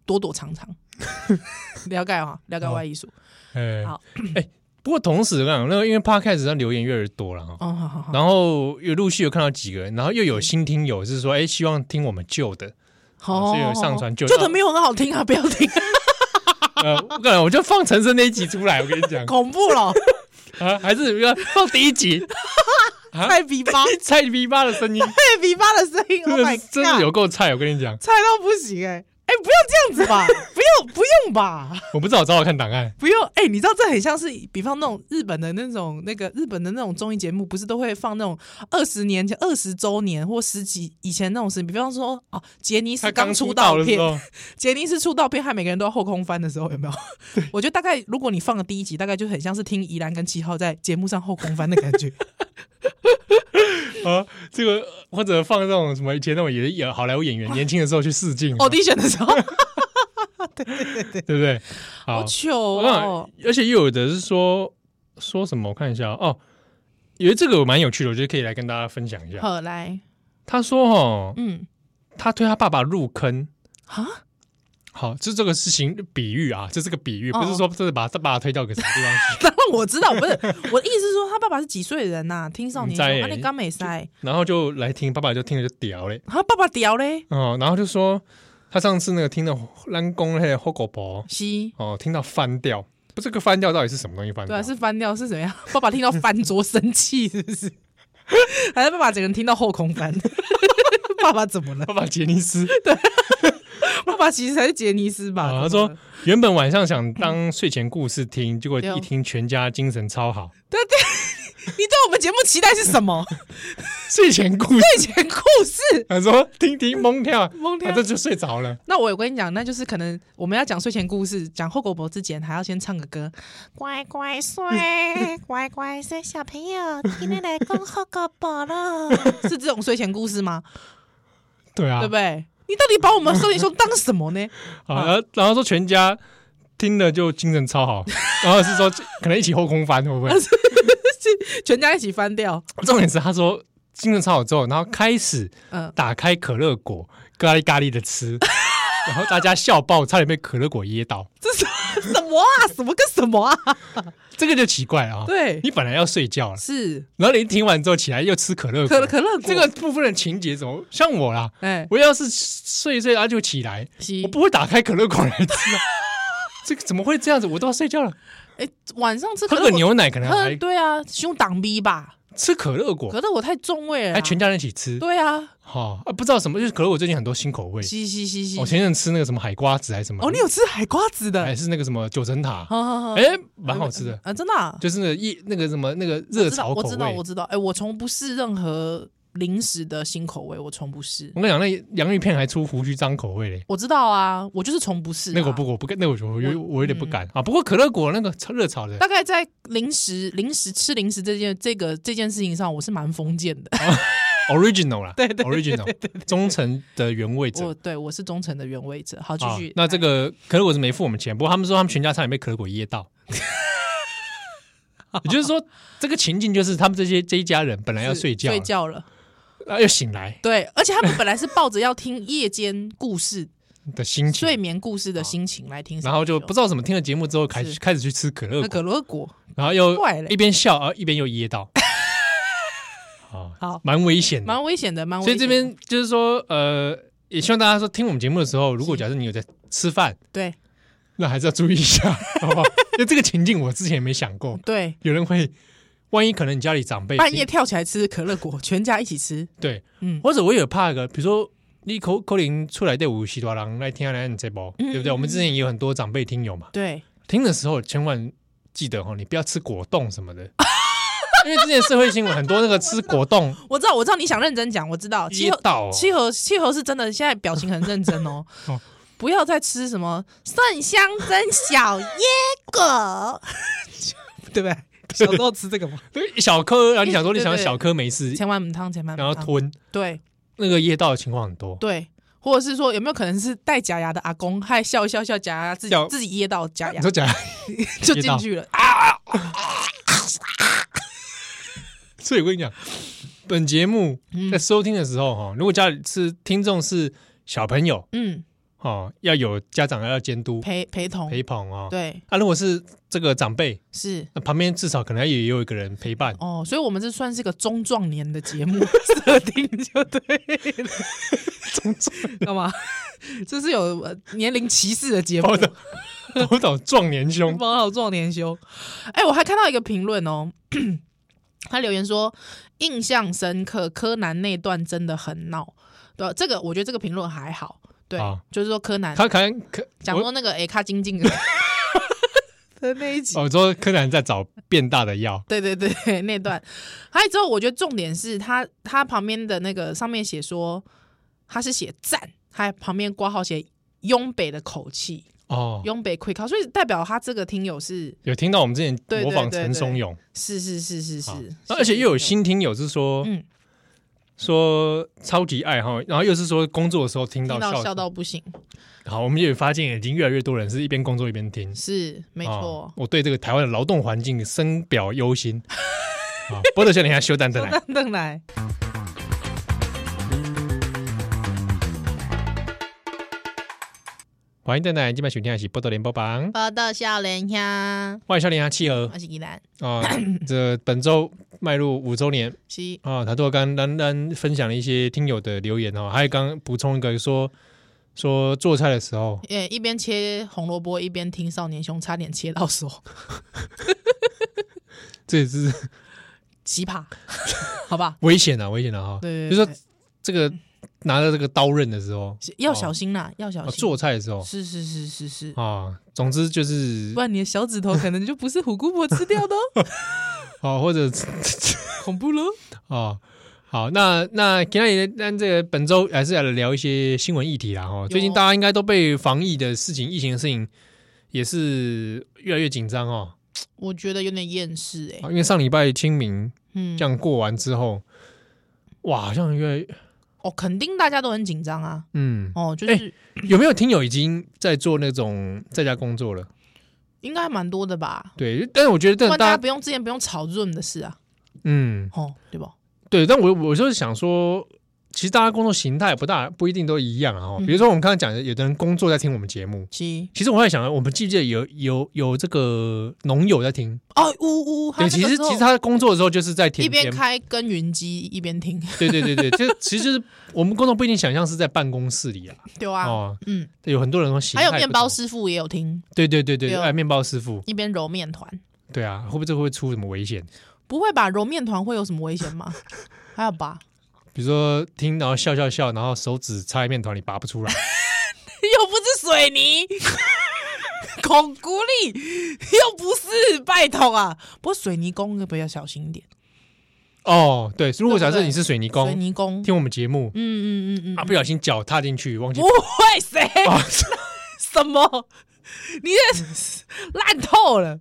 B: 躲躲 藏藏。了解啊，了解外艺术。
A: 哎，
B: 好
A: 哎，不过同时我跟你讲，那个因为 Podcast 上留言越来越多了哈，
B: 哦，好好好，
A: 然后又陆续有看到几个人，然后又有新听友是说，哎，希望听我们旧的，
B: 好，
A: 所以有上传旧
B: 旧的没有很好听啊，不要听，
A: 呃，我可能我就放陈升那一集出来，我跟你 讲
B: 恐怖了，
A: 啊，还是要放第一集，啊
B: 菜比巴，
A: 菜逼巴的声 音，
B: 菜比巴的声音
A: 真
B: 哎，Oh
A: 的
B: my
A: 是真的
B: god，
A: 有够菜，我跟你讲，
B: 菜到不行哎，哎，不要这样子吧，不用不用吧，
A: 我不知道，找我看档案，
B: 不用哎，你知道这很像是，比方那种日本的那种那个日本的那种综艺节目，不是都会放那种二十年前、二十周年或十几以前那种事情，比方说哦，杰尼
A: 他
B: 斯
A: 刚
B: 出
A: 出道的时
B: 片，
A: 候，
B: 杰尼斯出道片，害每个人都要后空翻的时候，有没有？我觉得大概如果你放了第一集，大概就很像是听宜兰跟七号在节目上后空翻的感觉。
A: 啊，这个或者放这种什么以前那种也演好莱坞演员年轻的时候去试镜，
B: audition 的时候，
A: 对不对？好
B: 好，糗
A: 我看
B: 哦！
A: 而且又有的是说说什么，我看一下哦，因为这个蛮有趣的，我觉得可以来跟大家分享一下。
B: 好来，
A: 他说哦，
B: 嗯，
A: 他推他爸爸入坑，
B: 啊，
A: 好，这这个事情比喻啊，这是个比喻，
B: 哦
A: 不是说真的把他爸爸推到个什么地 方去，
B: 当然我知道，不是我的意思是说，他爸爸是几岁的人
A: 嗯
B: 呐？听少年
A: 不知道耶
B: 说，啊，你刚没塞，
A: 然后就来听，爸爸就听了就屌嘞，
B: 他爸爸屌嘞，
A: 哦，然后就说他上次那个听到蓝公那个后狗婆
B: 西，
A: 哦，听到翻掉，不，这个翻掉到底是什么东西翻
B: 对
A: 掉？
B: 啊，是翻掉是怎么样？ 爸爸听到翻桌生气是不是？ 还是爸爸整个人听到后空翻？ 爸爸怎么了？
A: 爸爸杰尼 斯，
B: 爸爸其实才是杰尼斯吧？
A: 啊，他
B: 怎么
A: 说
B: 了
A: 原本晚上想当睡前故事听，结果
B: 对哦
A: 一听全家精神超好。
B: 你对我们节目期待是什么？
A: 睡前故事，
B: 睡前故事。
A: 他说听听蒙跳，
B: 蒙跳
A: 啊这就睡着了。
B: 那我有跟你讲，那就是可能我们要讲睡前故事，讲后果博之前，还要先唱个歌。
C: 乖乖 睡，乖乖睡，小朋友，今天来讲好个宝了。
B: 是这种睡前故事吗？
A: 对啊
B: 对不，对？你到底把我们少年兄当什么呢？
A: 好，然后然后说全家听了就精神超好，然后是说可能一起后空翻会不会？
B: 全家一起翻掉，
A: 重点是他说精神超好之后，然后开始
B: 嗯，
A: 打开可乐果，咖喱咖喱的 吃，然后大家笑爆，差点被可乐果噎到，
B: 这是什么啊？什么跟什么啊？
A: 这个就奇怪了啊。
B: 对，
A: 你本来要睡觉了，
B: 是
A: 然后你听完之后起来又吃可乐
B: 可
A: 果，
B: 可乐果
A: 这个，部分的情节怎么像我啦？
B: 哎，
A: 我要是睡一睡，然啊后就起来，
B: 西
A: 我，不会打开可乐果来吃 啊。这个怎么会这样子？我都要睡觉了，
B: 哎，晚上吃可
A: 喝
B: 乐
A: 个
B: 果，
A: 牛奶可能
B: 喝
A: 还
B: 对啊，胸挡逼吧，
A: 吃可乐果，
B: 可乐我太重味了啊，
A: 还全家人一起吃。
B: 对啊，
A: 哈啊，不知道什么，就是可乐果最近很多新口味。
B: 西西西西
A: 我，前阵吃那个什么海瓜子还是什么，
B: 哦，你有吃哦海瓜子的
A: 还，是那个什么九层塔，
B: 好好好，
A: 哎，蛮好吃的，
B: 啊，真的啊，
A: 就是那个一那个什么那个热
B: 知道
A: 炒
B: 我
A: 口
B: 知道，我
A: 味。
B: 知道，哎，我从不试任何零食的新口味，我从不是。
A: 我跟你讲，那洋芋片还出胡须章口味嘞，
B: 我知道啊，我就是从不是、啊。嗯
A: 那个我不，我不敢，那个我我有我有点不敢啊。不过可乐果那个超热炒 的，
B: 大概在零食、零食吃零食这件、这个这件事情上，我是蛮封建 的。
A: original 啦，对对，original 忠诚的原味者
B: 我。对我是忠诚的原味者。好，继
A: 啊
B: 续。哎
A: 那这个可乐果是没付我们钱，不过他们说他们全家差点被可乐果噎到。 也就是说，这个情境就是他们这些这一家人本来要
B: 是
A: 睡觉了，
B: 睡觉了。
A: 然后又醒来
B: 对，而且他们本来是抱着要听夜间 故事、
A: 的心情，
B: 睡眠故事的心情来听，
A: 然后就不知道怎么听了节目之后，开始
B: 是
A: 开始去吃可乐果，
B: 那可乐果。
A: 然后又
B: 怪嘞
A: 一边笑，然后一边又噎 到，啊，
B: 好，
A: 蛮危险的。
B: 蛮危险的，蛮危
A: 所
B: 险
A: 以
B: 的。
A: 这边就是说，呃，也希望大家说听我们节目的时候，如果假设你有在吃饭，
B: 对
A: 那还是要注意一下， 好不好？因为这个情境我之前也没想过，
B: 对，
A: 有人会，万一可能你家里长辈
B: 半夜跳起来吃可乐果，全家一起吃。
A: 对，
B: 嗯
A: 或者我也有怕一个，比如说你口口令出来的五十多人来听下来你这波，
B: 嗯
A: 对不对？我们之前也有很多长辈听友嘛，
B: 对，
A: 听的时候千万记得哦，你不要吃果冻什么的， 因为之前社会新闻很多那个吃果冻
B: 我知道，我知道你想认真讲，我知道。
A: 噎
B: 七和
A: 到哦，
B: 七和七和是真的，现在表情很认真哦
A: 哦。
B: 不要再吃什么蒜香蒸小椰果，对不对？小时候吃这个嘛，
A: 对小颗，然后你想说你
B: 对对
A: 想小颗没事，
B: 千万不汤，千万
A: 然后
B: 不汤。
A: 吞
B: 对
A: 那个噎到的情况很多，
B: 对，啊或者是说有没有可能是戴假牙的阿公，还笑一笑笑假牙，自己
A: 笑
B: 自己噎到假
A: 你
B: 牙
A: 说假，
B: 就
A: 噎到
B: 进去了。
A: 所以我跟你讲，本节目
B: 嗯
A: 在收听的时候哈，如果家里是听众是小朋友
B: 嗯，
A: 哦，要有家长要监督
B: 陪陪同，
A: 陪捧哦。
B: 对
A: 啊，如果是这个长辈，
B: 是。
A: 那旁边至少可能也有一个人陪伴。
B: 哦，所以我们这算是个中壮年的节目设定，就对了。中壮干嘛？ 这是有呃年龄歧视的节目
A: 包，导，包导壮年兄，
B: 帮好壮年休。哎、我还看到一个评论哦， 他留言说印象深刻，柯南那段真的很闹。对啊，这个我觉得这个评论还好，对，
A: 啊
B: 就是说柯南
A: 他可能可
B: 讲
A: 我
B: 说那个哎卡晶晶的的那一集。
A: 哦，说柯南在找变大的药，
B: 对对对， 那段。还有之后，我觉得重点是他他旁边的那个上面写说他是写赞，他旁边挂号写雍北的口气，
A: 哦，
B: 雍北溃靠，所以代表他这个听友是
A: 有听到我们之
B: 对
A: 前
B: 对
A: 模仿
B: 对
A: 陈
B: 对
A: 松勇，
B: 是是是是是
A: 啊，而且又有新听友是说，
B: 嗯
A: 说超级爱哈，然后又是说工作的时候听到
B: 听到
A: 笑
B: 笑到不行，
A: 好，我们也发现已经越来越多人是一边工作一边听，
B: 是没
A: 啊
B: 错。
A: 我对这个台湾的劳动环境深表忧 心。啊，波特先生还修蛋的来，
B: 邓来，
A: 欢迎蛋奶，今晚收听的是波特联播榜，
B: 报道笑脸呀，
A: 欢迎笑脸啊，企鹅
B: 我是依兰，
A: 啊，这本周迈入五周年
B: 是
A: 啊，他都刚刚刚分享了一些听友的留言哦，还有刚刚补充一个说说做菜的时候，
B: 呃一边切红萝卜一边听少年兄，差点切到手，
A: 这也是
B: 奇葩， 好吧？
A: 危险啊，危险的哈，
B: 对对
A: 就是
B: 对嗯
A: 说这个拿着这个刀刃的时候，
B: 是要小心啦，要小
A: 啊
B: 心。
A: 哦做菜的时候
B: 是是是是是，
A: 啊，总之就是
B: 不然你的小指头可能就不是虎姑婆吃掉的、 哦，
A: 哦，或者
B: 恐怖喽！
A: 哦，好，那那今天那这个本周还是来聊一些新闻议题啦哈。最近大家应该都被防疫的事情、疫情的事情也是越来越紧张哦。
B: 我觉得有点厌世哎、
A: 啊因为上礼拜清明
B: 嗯
A: 这，样过完之后，哇，好像越来越
B: 哦，肯定大家都很紧张啊。
A: 嗯，
B: 哦，就是
A: 有没有听友已经在做那种在家工作了？
B: 应该还蛮多的吧，
A: 对，但是我觉得
B: 不
A: 这
B: 然大
A: 大
B: 家
A: 家
B: 不用之前不用吵 Zoom 的事啊，
A: 嗯，
B: 哦，对吧？
A: 对，但我我就是想说。其实大家工作形态不大不一定都一样啊、哦，
B: 嗯
A: 比如说我们刚才讲的，有的人工作在听我们节目，
B: 七
A: 其实我在想，我们记不记得有有有这个农友在听？
B: 哦，呜呜，他
A: 对，
B: 那
A: 其
B: 个
A: 实
B: 时候
A: 其实他工作的时候就是在
B: 一
A: 田
B: 边
A: 边，
B: 开耕耘机一边听，
A: 对对对对，就其实就是我们工作不一定想象是在办公室里啊，
B: 对 啊，
A: 哦，
B: 嗯，
A: 有很多人说形
B: 还
A: 态
B: 有
A: 不同
B: 面包，师傅也有听，
A: 对对对对，
B: 对哦
A: 哎，面包师傅，
B: 一边揉面团，
A: 对啊，会不会这会不会出什么危险？
B: 不会吧？揉面团会有什么危 险吗？还有吧？
A: 比如说听，然后笑笑笑，然后手指插在面团里拔不出 来，
B: 又不是水泥， 孔古力又不是，拜托啊！不过水泥工要不要小心一点？
A: 哦，对，如果假设你是水泥
B: 啊水
A: 工，
B: 泥工，
A: 听我们节目
B: 嗯嗯嗯嗯，哦
A: 啊，不小心脚踏进去忘记
B: 不会谁、
A: 啊，
B: 什么？你这 烂透了！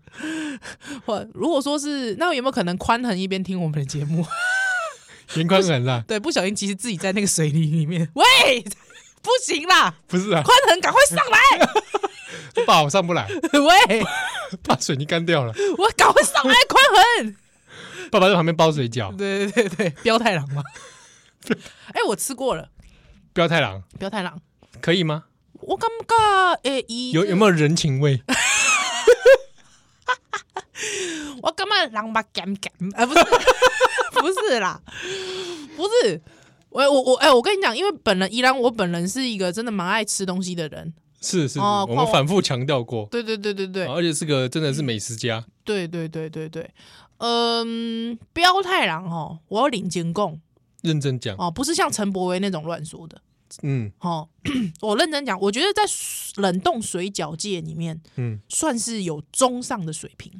B: 我如果说是，那有没有可能宽恒一边听我们的节目？
A: 严宽很啦，
B: 对，不小心其实自己在那个水泥里 面，喂，不行啦！
A: 不 是啊，
B: 宽恒，赶快上 来！
A: 爸我上不来，
B: 喂，
A: 把水泥干掉了，
B: 我赶快上来，宽恒！
A: 爸爸在旁边包水饺，
B: 对对对对， 彪太郎嘛。哎、我吃过了，
A: 彪太郎
B: 彪太郎，
A: 可以吗？
B: 我感觉诶，伊
A: 有有没有人情味？
B: 我感觉人目咸 咸，呃，不是，不是啦， 不是。我我我哎、我跟你讲，因为本人依然我本人是一个真的蛮爱吃东西的人，
A: 是是，是
B: 哦
A: 我
B: 跨
A: 们
B: 我
A: 反复强调过，哦
B: 对对对对对
A: 而且是个真的是美食家，
B: 对对对对对，嗯，彪太郎哦，我要领监供
A: 认真讲，
B: 哦，不是像陈柏维那种乱说的
A: 嗯
B: 哦。 我认真讲，我觉得在冷冻水饺界里面
A: 嗯，
B: 算是有中上的水平，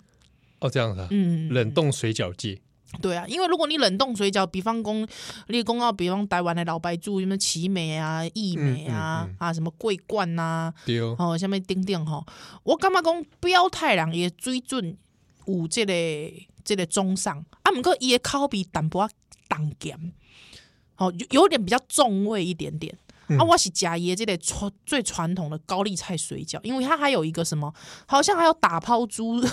A: 哦这样子啊，
B: 嗯，
A: 冷冻水饺界，
B: 对啊，因为如果你冷冻水饺，比方讲，你讲到比方台湾的老白猪，什么奇美啊、益美啊、
A: 嗯嗯嗯
B: 啊什么桂冠呐、
A: 对哦，
B: 哦，下面丁丁吼，我感觉讲标太郎的水准有这个这个中上，啊，不过伊的口味淡薄仔重咸，哦，有有点比较重味一点点。
A: 嗯
B: 啊，我是加椰这类传最传统的高丽菜水饺，因为它还有一个什么，好像还有打抛猪
A: 哦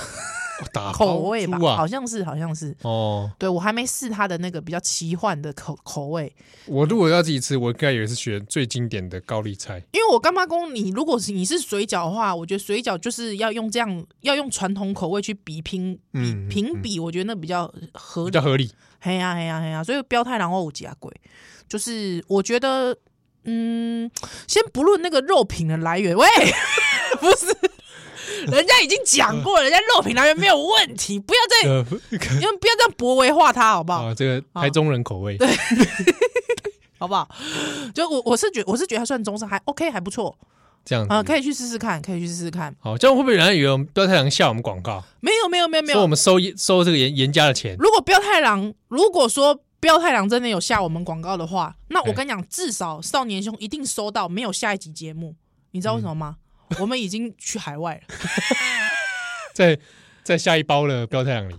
A: 打
B: 口味吧，
A: 包猪啊
B: 好，像是，好像是。
A: 哦，
B: 对我还没试它的那个比较奇幻的口口味，
A: 我如果要自己吃，我应该也是选最经典的高丽菜，
B: 因为我干妈公，你如果是你是水饺的话，我觉得水饺就是要用这样，要用传统口味去比拼，比
A: 嗯嗯
B: 评比，我觉得那比较合
A: 比
B: 理
A: 较。合理，
B: 嘿呀嘿呀嘿呀，所以标太郎我有加贵，就是我觉得，嗯，先不论那个肉品的来源，喂， 不是，人家已经讲过了，人家肉品来源没有问题，不要再，
A: 呃，
B: 你们不要这样博维化它，好不 好？
A: 啊，这个台中人口味，
B: 好不好？就我我是觉我是觉得它算中上，还 OK，还不错
A: 这样
B: 啊、
A: 子，
B: 可以去试试看，可以去试试看。
A: 好，这样会不会人家以为我们标太郎下我们广告，
B: 没有没有没有没
A: 说我
B: 有，
A: 们收收这个严严家的 钱？
B: 如果彪太郎，如果说彪太郎真的有下我们广告的话，那我
A: 对
B: 跟你讲，至少少年兄一定收到没有下一集节目，你知道为什么吗？
A: 嗯
B: 我们已经去海外了，
A: 在在下一包的标太 阳里，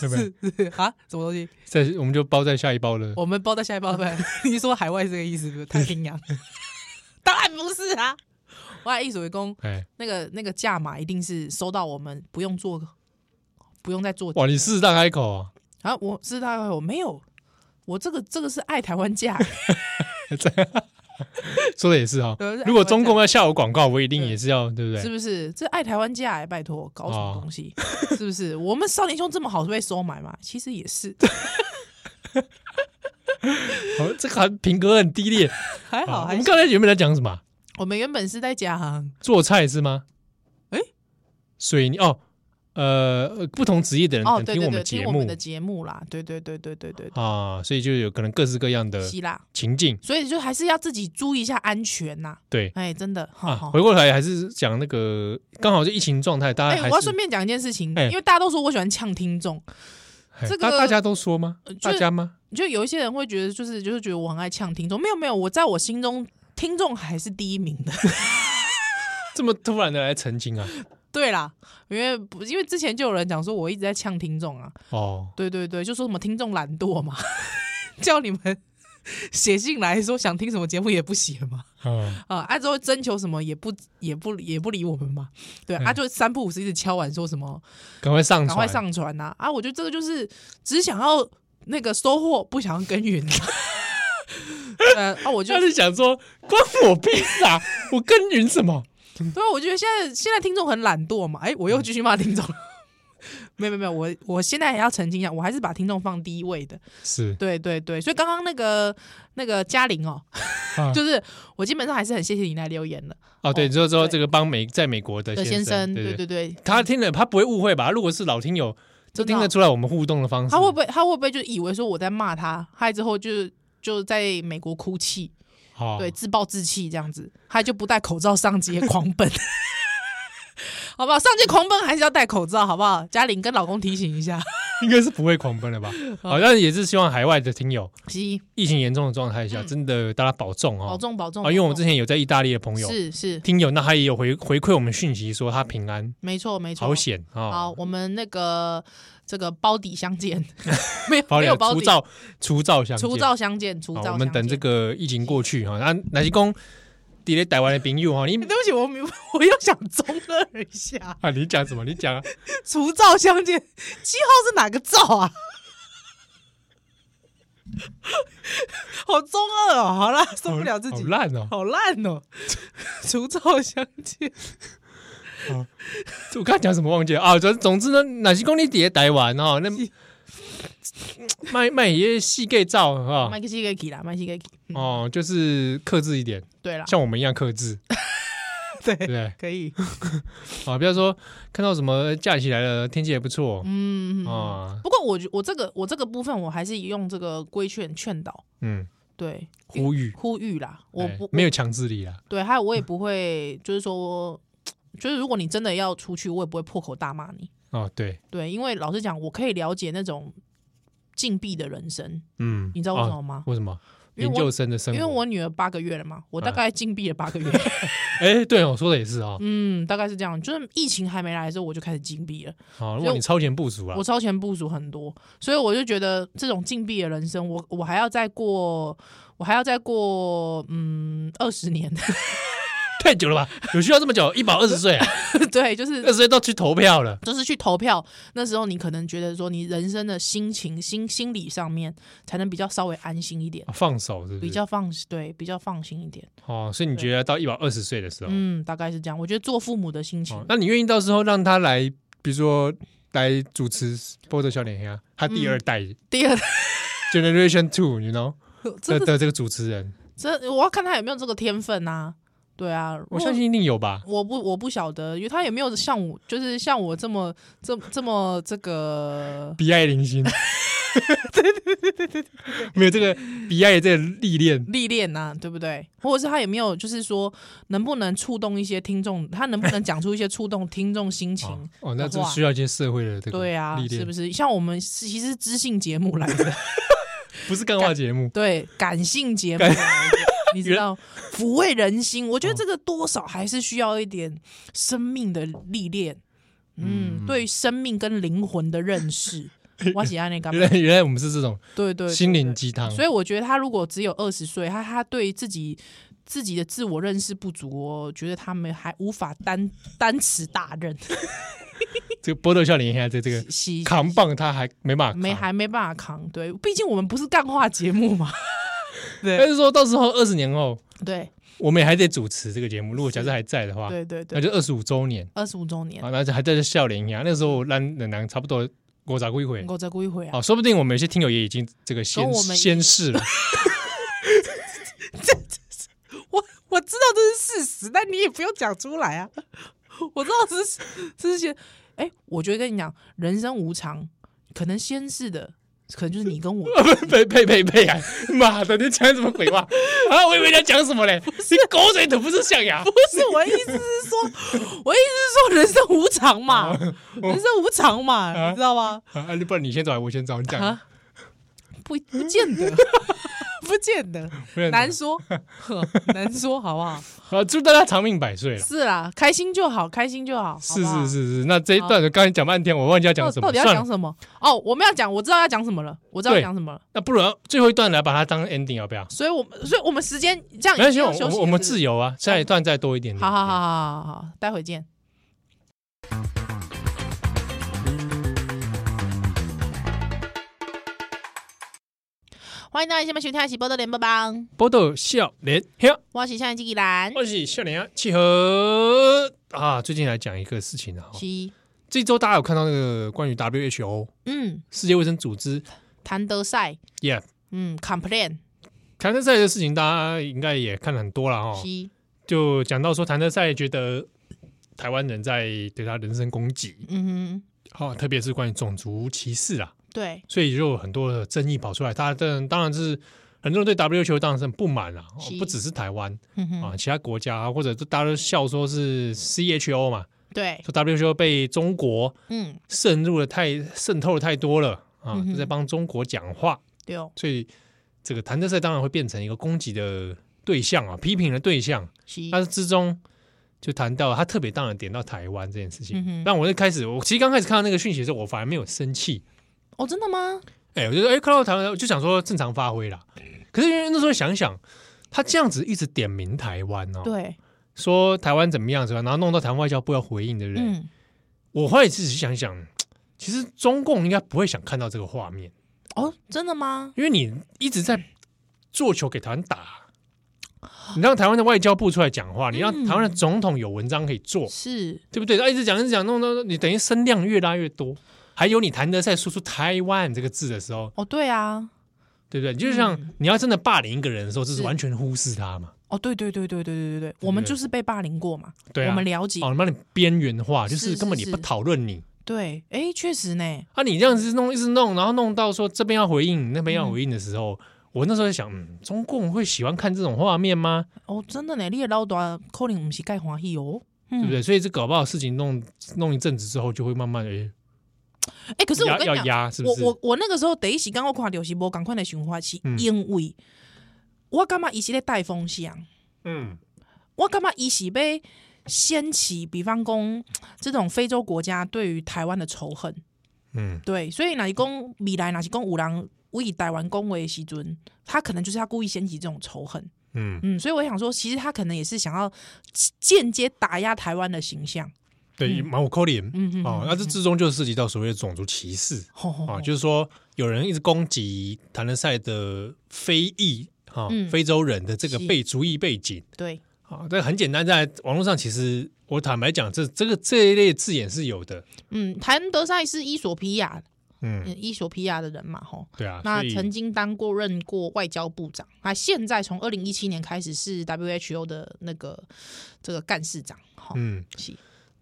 A: 对不对？
B: 啊？什么东西？
A: 在我们就包在下一包了。
B: 我们包在下一包呗？ 你说海外是这个意思不是？太 平洋？当然不是啊！我还一手一工，
A: 哎，
B: 那个那个价码一定是收到我们不用做，不用再做
A: 哇，你狮子大开口啊，
B: 啊，我是大概我没有，我这个这个是爱台湾 价，
A: 说的也是哈
B: 对。
A: 如果中共要下我广告，我一定也是要，对哦不
B: 是
A: 对？
B: 不是？这爱台湾价、欸，拜托，搞什么东西？是不是？我们少年兄这么好是被收买嘛？其实也 是，
A: 啊好，这个还品格很低劣。
B: 还好
A: 好我
B: 还
A: 们
B: 行。
A: 刚才原本在讲什么啊？
B: 我们原本是在讲
A: 做菜是吗？
B: 哎，
A: 水泥哦，呃，呃不同职业的人
B: 哦，
A: 可能
B: 对
A: 听
B: 对
A: 我
B: 对，
A: 们
B: 听
A: 节
B: 我们
A: 目
B: 的节目啦，对对对对对对对，
A: 啊，所以就有可能各式各样的
B: 希腊，
A: 情境。
B: 所以就还是要自己注意一下安全呐、
A: 对
B: 哎、真的，哈
A: 啊，
B: 哈
A: 回过头来还是讲那个，刚好就疫情状态，大
B: 哎、
A: 家还
B: 我要
A: 是
B: 顺便讲一件事情，
A: 哎
B: 因为大家都说我喜欢呛听众，
A: 哎
B: 这
A: 大
B: 个
A: 大家都说吗？
B: 就
A: 大家吗？
B: 就有一些人会觉得，就是就是觉得我很爱呛听众，没有没有，我在我心中听众还是第一名的。
A: 这么突然的来澄清啊？
B: 对啦，因为不因为之前就有人讲说我一直在呛听众啊，
A: 哦，
B: 对对对，就说什么听众懒惰嘛， 叫你们 写信来说想听什么节目也不写嘛，
A: 嗯，
B: 啊，啊之后征求什么也不也不也不理我们嘛，对，啊
A: 嗯
B: 就三不五时一直敲碗说什么
A: 赶快上
B: 赶快
A: 传，
B: 上传呐、啊！我觉得这个就是只想要那个收获，不想要耕耘、 啊。呃，啊，我就
A: 他是想说关我屁事啊！我耕耘什么？
B: 对啊，我觉得现在现在听众很懒惰嘛，哎，我
A: 嗯
B: 又继续骂听众了。 没有没有没有，我我现在也要澄清一下，我还是把听众放第一位的。
A: 是
B: 对对对，所以刚刚那个那个嘉玲哦，
A: 啊
B: 就是我基本上还是很谢谢你来留言的
A: 哦，对，
B: 哦
A: 之后之后
B: 对
A: 这个帮美在美国的
B: 的先
A: 生，
B: 生，
A: 对
B: 对
A: 对，
B: 对对，
A: 他听了他不会误会吧？如果是老听友，就
B: 真的
A: 听得出来我们互动的方式。
B: 他会不会他会不会就以为说我在骂他，害之后就就在美国哭泣，
A: 好
B: 对，自暴自弃这样子，他就不戴口罩上街狂奔， 好不好？上街狂奔还是要戴口罩，好不好？嘉玲跟老公提醒一下，
A: 应该是不会狂奔了吧？好，但也是希望海外的听友，
B: 西医
A: 疫情严重的状态下，
B: 嗯
A: 真的大家保重
B: 保
A: 哦。
B: 重保重
A: 啊，因为我们之
B: 前
A: 前有在意大利的朋友
B: 是是
A: 听友，那他也有回回馈我们讯息说他平安
B: 没错没错，
A: 好险啊
B: 好，，我们那个这个包底 相见，没有
A: 保
B: 没有包
A: 除
B: 底，
A: 照除照相见
B: 除照相见，除
A: 好
B: 照相见。
A: 我们等这个疫情过去哈，啊那哪些公底咧台湾的朋友哈，你，
B: 对不起，我明 我又想中二一下
A: 啊，你讲什么？你讲啊，
B: 除照相见，七号是哪个照啊？ 好中二哦！好啦，受不了 自己
A: 好，烂哦！
B: 好烂哦！ 除照相见，
A: 我刚才讲什么忘记了啊？总总之呢，哪些公你底咧台湾哈，那
B: 是
A: 卖卖一些细盖照哈
B: 麦，克西给给啦，麦克西给给。嗯
A: 哦，就是克制一点，
B: 对啊啦，
A: 像我们一样克制， 对不
B: 对，
A: 对？
B: 可以，
A: 啊，不要说看到什么假期来了，天气也不错
B: 嗯。
A: 啊，
B: 不过我觉我这个我这个部分，我还是用这个规劝劝导，
A: 嗯，
B: 对
A: 呼吁，
B: 呼吁啦，我
A: 哎
B: 不
A: 没有强制力啦，
B: 对，还有我也不会，就是说，就是如果你真的要出去，我也不会破口大骂你。
A: 哦，对，
B: 对，因为老实讲，我可以了解那种禁闭的人生，
A: 嗯，
B: 你知道为什
A: 哦
B: 么吗？
A: 为什么？
B: 因为
A: 研
B: 我
A: 究生的生
B: 因
A: 活，
B: 为我女儿八个月了嘛，我大
A: 啊
B: 概禁闭了八 个月，
A: 哎，对我说的也是啊，
B: 嗯，大概是这样。就是疫情还没来的时候，我就开始禁闭了，
A: 好，哦如
B: 所以
A: 果
B: 我
A: 你超前部署啊
B: 我，超前部署很多，所以我就觉得这种禁闭的人生，我我还要再过，我还要再过，嗯，二十年，
A: 太久了吧？有需要这么久？一百二十岁 啊，
B: 对，就是
A: 二十岁都去投票了，
B: 就是去投票，那时候你可能觉得说你人生的心情、心心理上面才能比较稍微安心一点
A: 啊，放手是不
B: 比
A: 是？
B: 较放对，比较放心一点。
A: 哦，所以你觉得到一百二十岁的时候，
B: 嗯，大概是这样。我觉得做父母的心情，
A: 啊哦那你愿意到时候让他来，比如说来主持《波特笑脸黑》啊，他第
B: 嗯
A: 二代
B: 第二，
A: Generation Two，you know
B: 真
A: 的
B: 的
A: 的这个主持人，
B: 真，我要看他有没有这个天分啊。对啊，如
A: 我
B: 果
A: 相信一定有 吧。
B: 我不我不晓得，因为他也没有像我，就是像我这么这这么这个，
A: 比爱零星，对对对对对 对，没有这个比爱的这个历练，
B: 历练呐、对不对？或者是他也没有，就是说能不能触动一些听众，他能不能讲出一些触动听众心 情？
A: 哦哦，那
B: 的
A: 这
B: 话
A: 需要一些社会的这个
B: 对啊
A: 历，
B: 是
A: 练
B: 不，是？像我们是其实是知性节目来的，
A: 不是干话节目，
B: 对，感性节目来 的，你知道抚慰人心。我觉
A: 哦
B: 得这个多少还是需要一点生命的历练，嗯，对于生命跟灵魂的 认识。我喜欢那个
A: 原，来原来我们是这种
B: 对对，对
A: 心灵鸡汤，
B: 所以我觉得他如果只有二十岁，他他对自己自己的自我认识不足，我觉得他们还无法担担此大任，
A: 这个波特笑脸现在这这个
B: 喜
A: 扛棒他还没办法扛，
B: 没还没办法扛。对，毕竟我们不是干话节目嘛。
A: 但是说到时候二十年后，
B: 对
A: 我们也还得主持这个节目，如果假设还在的话，
B: 对对
A: 啊那
B: 对，
A: 就二十五周年
B: 二十五周年，
A: 啊，那就还在这笑脸一样。那时候让冷南差不多我咋过一回
B: 能，够再过一回啊
A: 哦，！说不定我们有些听友也已经这个先
B: 跟我们一
A: 先试了，
B: 我我知道这是事实，但你也不用讲出来啊。 我知道这是这是些，哎、我觉得跟你讲，人生无常，可能先是的，可能就是你 跟我
A: 呸呸呸呸啊！ 妈的，你讲什么 鬼话啊？我以为你要讲什么嘞？你狗嘴吐不是象牙
B: 不。是我的意思是说，我的意思是说人生无常嘛，人生无常嘛，你知道吗？
A: 啊，你不然你先走，我先走，你讲
B: 啊，不不见得， 不见得，
A: 不然
B: 难说，呵难说，好不好？
A: 啊！祝大家长命百岁了。
B: 是啦，开心就好，开心就好，好
A: 是
B: 不好
A: 是是是，那这一段刚才讲半天，我忘记要
B: 到
A: 讲什
B: 到
A: 么，
B: 底要
A: 算
B: 讲
A: 了，
B: 什么？哦，我们要讲，我知道要讲什么了，我知道要
A: 对
B: 讲什么了。
A: 那不如要最后一段来把它当 ending 要不要？
B: 所以，我们，所以我们时间这样
A: 没关
B: 已
A: 系，
B: 经
A: 我
B: 要休息了，
A: 我我们自
B: 由。
A: 由啊，下一段再多一点点。
B: 好好好好好好，待会见。欢迎大家下面收听的是《波多连播帮》，
A: 波豆笑脸，嘿，
B: 我是向季兰，
A: 我是笑脸啊，契合啊。最近来讲一个事情啊，
B: 是
A: 这周大家有看到那个关于 WHO
B: 嗯，
A: 世界卫生组织
B: 谭德赛，
A: ，Yeah，
B: 嗯，complain
A: 谭德赛的事情，大家应该也看了很多了哦。
B: 是
A: 就讲到说，谭德赛觉得台湾人在对他人身攻击，
B: 嗯
A: 好，特别是关于种族歧视啊，
B: 哼，对，
A: 所以就有很多的争议跑出来。大家当然当然是很多人对 WHO 当然是很不满啊，哦
B: 是
A: 不只是台湾。
B: 嗯
A: 啊，
B: 哼，
A: 其他国家、啊、或者大家都笑说是 CHO 嘛，
B: 对，
A: 说 WHO 被中国
B: 嗯，
A: 渗入了太渗透了太多了啊
B: 嗯，哼
A: 就在帮中国讲话，
B: 对哦，
A: 所以这个谭德赛当然会变成一个攻击的对象啊，批评的对象。
B: 是，
A: 但是之中就谈到他特别当然点到台湾这件事情
B: 嗯，哼
A: 但我一开始我其实刚开始看到那个讯息的时候，我反而没有生气，
B: 哦，真的吗？
A: 哎，我觉得哎看到台湾我就想说正常发挥啦。可是因为那时候想想，他这样子一直点名台湾哦，
B: 对，
A: 说台湾怎么样怎么样，然后弄到台湾外交部要回应，对不对？
B: 嗯，
A: 我后来自己想想，其实中共应该不会想看到这个画面，
B: 哦，真的吗？
A: 因为你一直在做球给台湾打，你让台湾的外交部出来讲话，你让
B: 嗯
A: 台湾的总统有文章可以做，
B: 是，
A: 对不对？他一直讲一直讲，弄弄弄，你等于声量越拉越多。还有你谭德赛说出“台湾”这个字的时候，
B: 哦，对啊，
A: 对不对？就是像你要真的霸凌一个人的时候，就是
B: 嗯是
A: 完全忽视他嘛。
B: 哦，对对对对对对对对，我们就是被霸凌过嘛，
A: 对啊
B: 我们了解，
A: 哦，你把你边缘化，就是是根本你
B: 是
A: 不讨论你。
B: 对，哎，确实呢，
A: 啊，你这样子弄，一直弄，然后弄到说这边要回应，那边要回应的时候，我那时候就想，嗯，中共会喜欢看这种画面吗？
B: 哦，真的呢，你也老大可能不是盖欢喜哦，
A: 对
B: 对
A: 不？对？所以这搞不好事情弄弄一阵子之后，就会慢慢的、诶
B: 哎，可是我
A: 压
B: 跟
A: 要
B: 你讲，
A: 压，是不
B: 我
A: 是？
B: 我我那个时候第一时间我看流行波，赶快来循环是
A: 嗯
B: 因为我感觉伊是咧带风向，
A: 嗯，
B: 我感觉伊是被掀起，比方讲这种非洲国家对于台湾的仇恨。
A: 嗯
B: 对，所以哪是讲未来哪是讲五郎为台湾恭维西尊，他可能就是要故意掀起这种仇恨。
A: 嗯，
B: 嗯，所以我想说，其实他可能也是想要间接打压台湾的形象。
A: 对，
B: 嗯
A: 蛮有扣脸。
B: 嗯哦嗯，
A: 哦，
B: 嗯
A: 那这之中就涉及到所谓的种族歧视
B: 吼吼
A: 啊，
B: 吼
A: 就是说有人一直攻击谭德赛的非裔啊、
B: 嗯
A: 非洲人的这个
B: 是
A: 背族裔背景
B: 对，
A: 啊，这很简单，在网络上其实我坦白讲，这这个这一类字眼是有的，
B: 嗯，谭德赛是伊索皮亚，
A: 嗯，
B: 嗯，伊索皮亚的人嘛，吼。
A: 对啊，
B: 那
A: 所以
B: 曾经当过任过外交部长，那现在从二零一七年开始是 WHO 的那个这个干事长，哈、
A: 嗯，
B: 是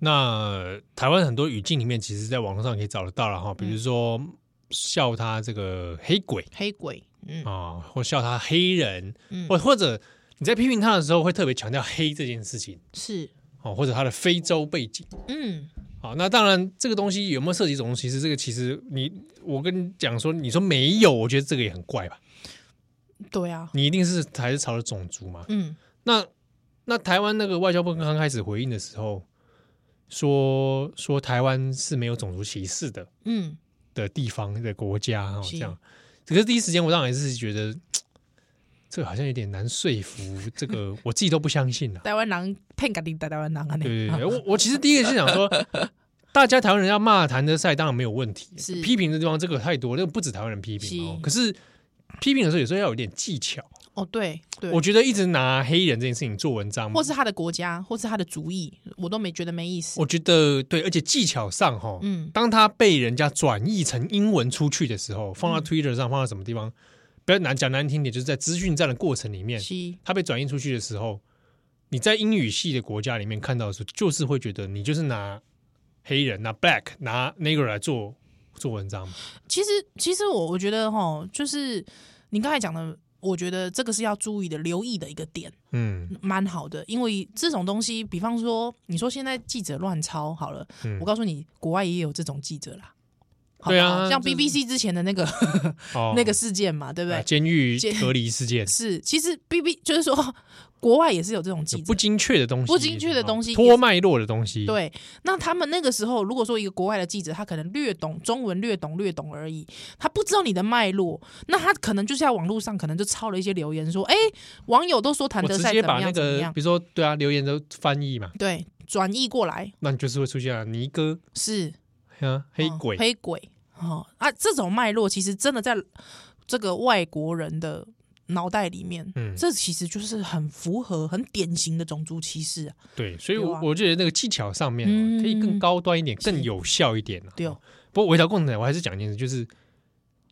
A: 那台湾很多语境里面，其实在网络上可以找得到了
B: 嗯
A: 哈，比如说笑他这个黑鬼
B: 黑鬼，嗯
A: 啊，或笑他黑人，
B: 嗯
A: 或或者你在批评他的时候，会特别强调黑这件事情
B: 是，
A: 哦，或者他的非洲背景。
B: 嗯
A: 好，那当然，这个东西有没有涉及种族歧视？这个其实你，我跟你讲说，你说没有，我觉得这个也很怪吧？
B: 对啊，
A: 你一定是还是朝着种族嘛？
B: 嗯
A: 那那台湾那个外交部刚开始回应的时候，说说台湾是没有种族歧视的
B: 嗯
A: 的地方的国家哦，
B: 是
A: 这样。可是第一时间，我当然是觉得这个好像有点难说服，这个我自己都不相信了、
B: 台湾人骗家己台湾人啊，
A: 对对
B: 你
A: 对，我我其实第一个是想说，大家台湾人要骂谭德赛，当然没有问题，
B: 是
A: 批评的地方这个太多，那不止台湾人批评哦。
B: 是
A: 可是批评的时候，有时候要有点技巧。
B: 哦对对，
A: 我觉得一直拿黑人这件事情做文章，
B: 或是他的国家，或是他的族裔，我都没觉得没意思。
A: 我觉得对，而且技巧上哈，
B: 嗯，
A: 当他被人家转译成英文出去的时候，放
B: 嗯
A: 到 Twitter 上，放到什么地方，不要难讲难听点，就是在资讯战的过程里面，
B: 是
A: 他被转译出去的时候，你在英语系的国家里面看到的时候，就是会觉得你就是拿黑人、拿 Black、拿 Negro 来做做文章嘛，
B: 其实其实我我觉得哈，就是你刚才讲的，我觉得这个是要注意的、留意的一个点。
A: 嗯
B: 蛮好的，因为这种东西，比方说，你说现在记者乱抄好了，
A: 嗯
B: 我告诉你，国外也有这种记者啦。好不好
A: 对啊
B: 像
A: 就是
B: BBC 之前的那个、
A: 哦
B: 那个事件嘛，对不对？
A: 啊监狱
B: 监
A: 隔离事件，
B: 是，其实 B B 就是说，国外也是有这种
A: 有
B: 记者
A: 不，精确的东西，
B: 不精确的东西
A: 哦脱脉络的东西，，
B: 对，那他们那个时候，如果说一个国外的记者，他可能略懂中文，略懂略懂而已，他不知道你的脉络，那他可能就是在网络上可能就抄了一些留言说，哎、网友都说谭
A: 我
B: 德
A: 直
B: 赛
A: 接
B: 怎么
A: 把那
B: 样怎么
A: 个
B: 样，
A: 比如说对啊留言都翻译嘛，
B: 对，转译过来
A: 那你就是会出现啊尼哥
B: 是
A: 啊黑
B: 嗯
A: 鬼，
B: 黑鬼哦啊，这种脉络其实真的在这个外国人的脑袋里面，
A: 嗯
B: 这其实就是很符合、很典型的种族歧视啊。
A: 对，所以
B: 对
A: 我、
B: 啊
A: 我觉得那个技巧上面、哦
B: 嗯
A: 可以更高端一点，
B: 是
A: 更有效一点、啊、
B: 对哦，
A: 不过回到共产党，我还是讲一件事，就是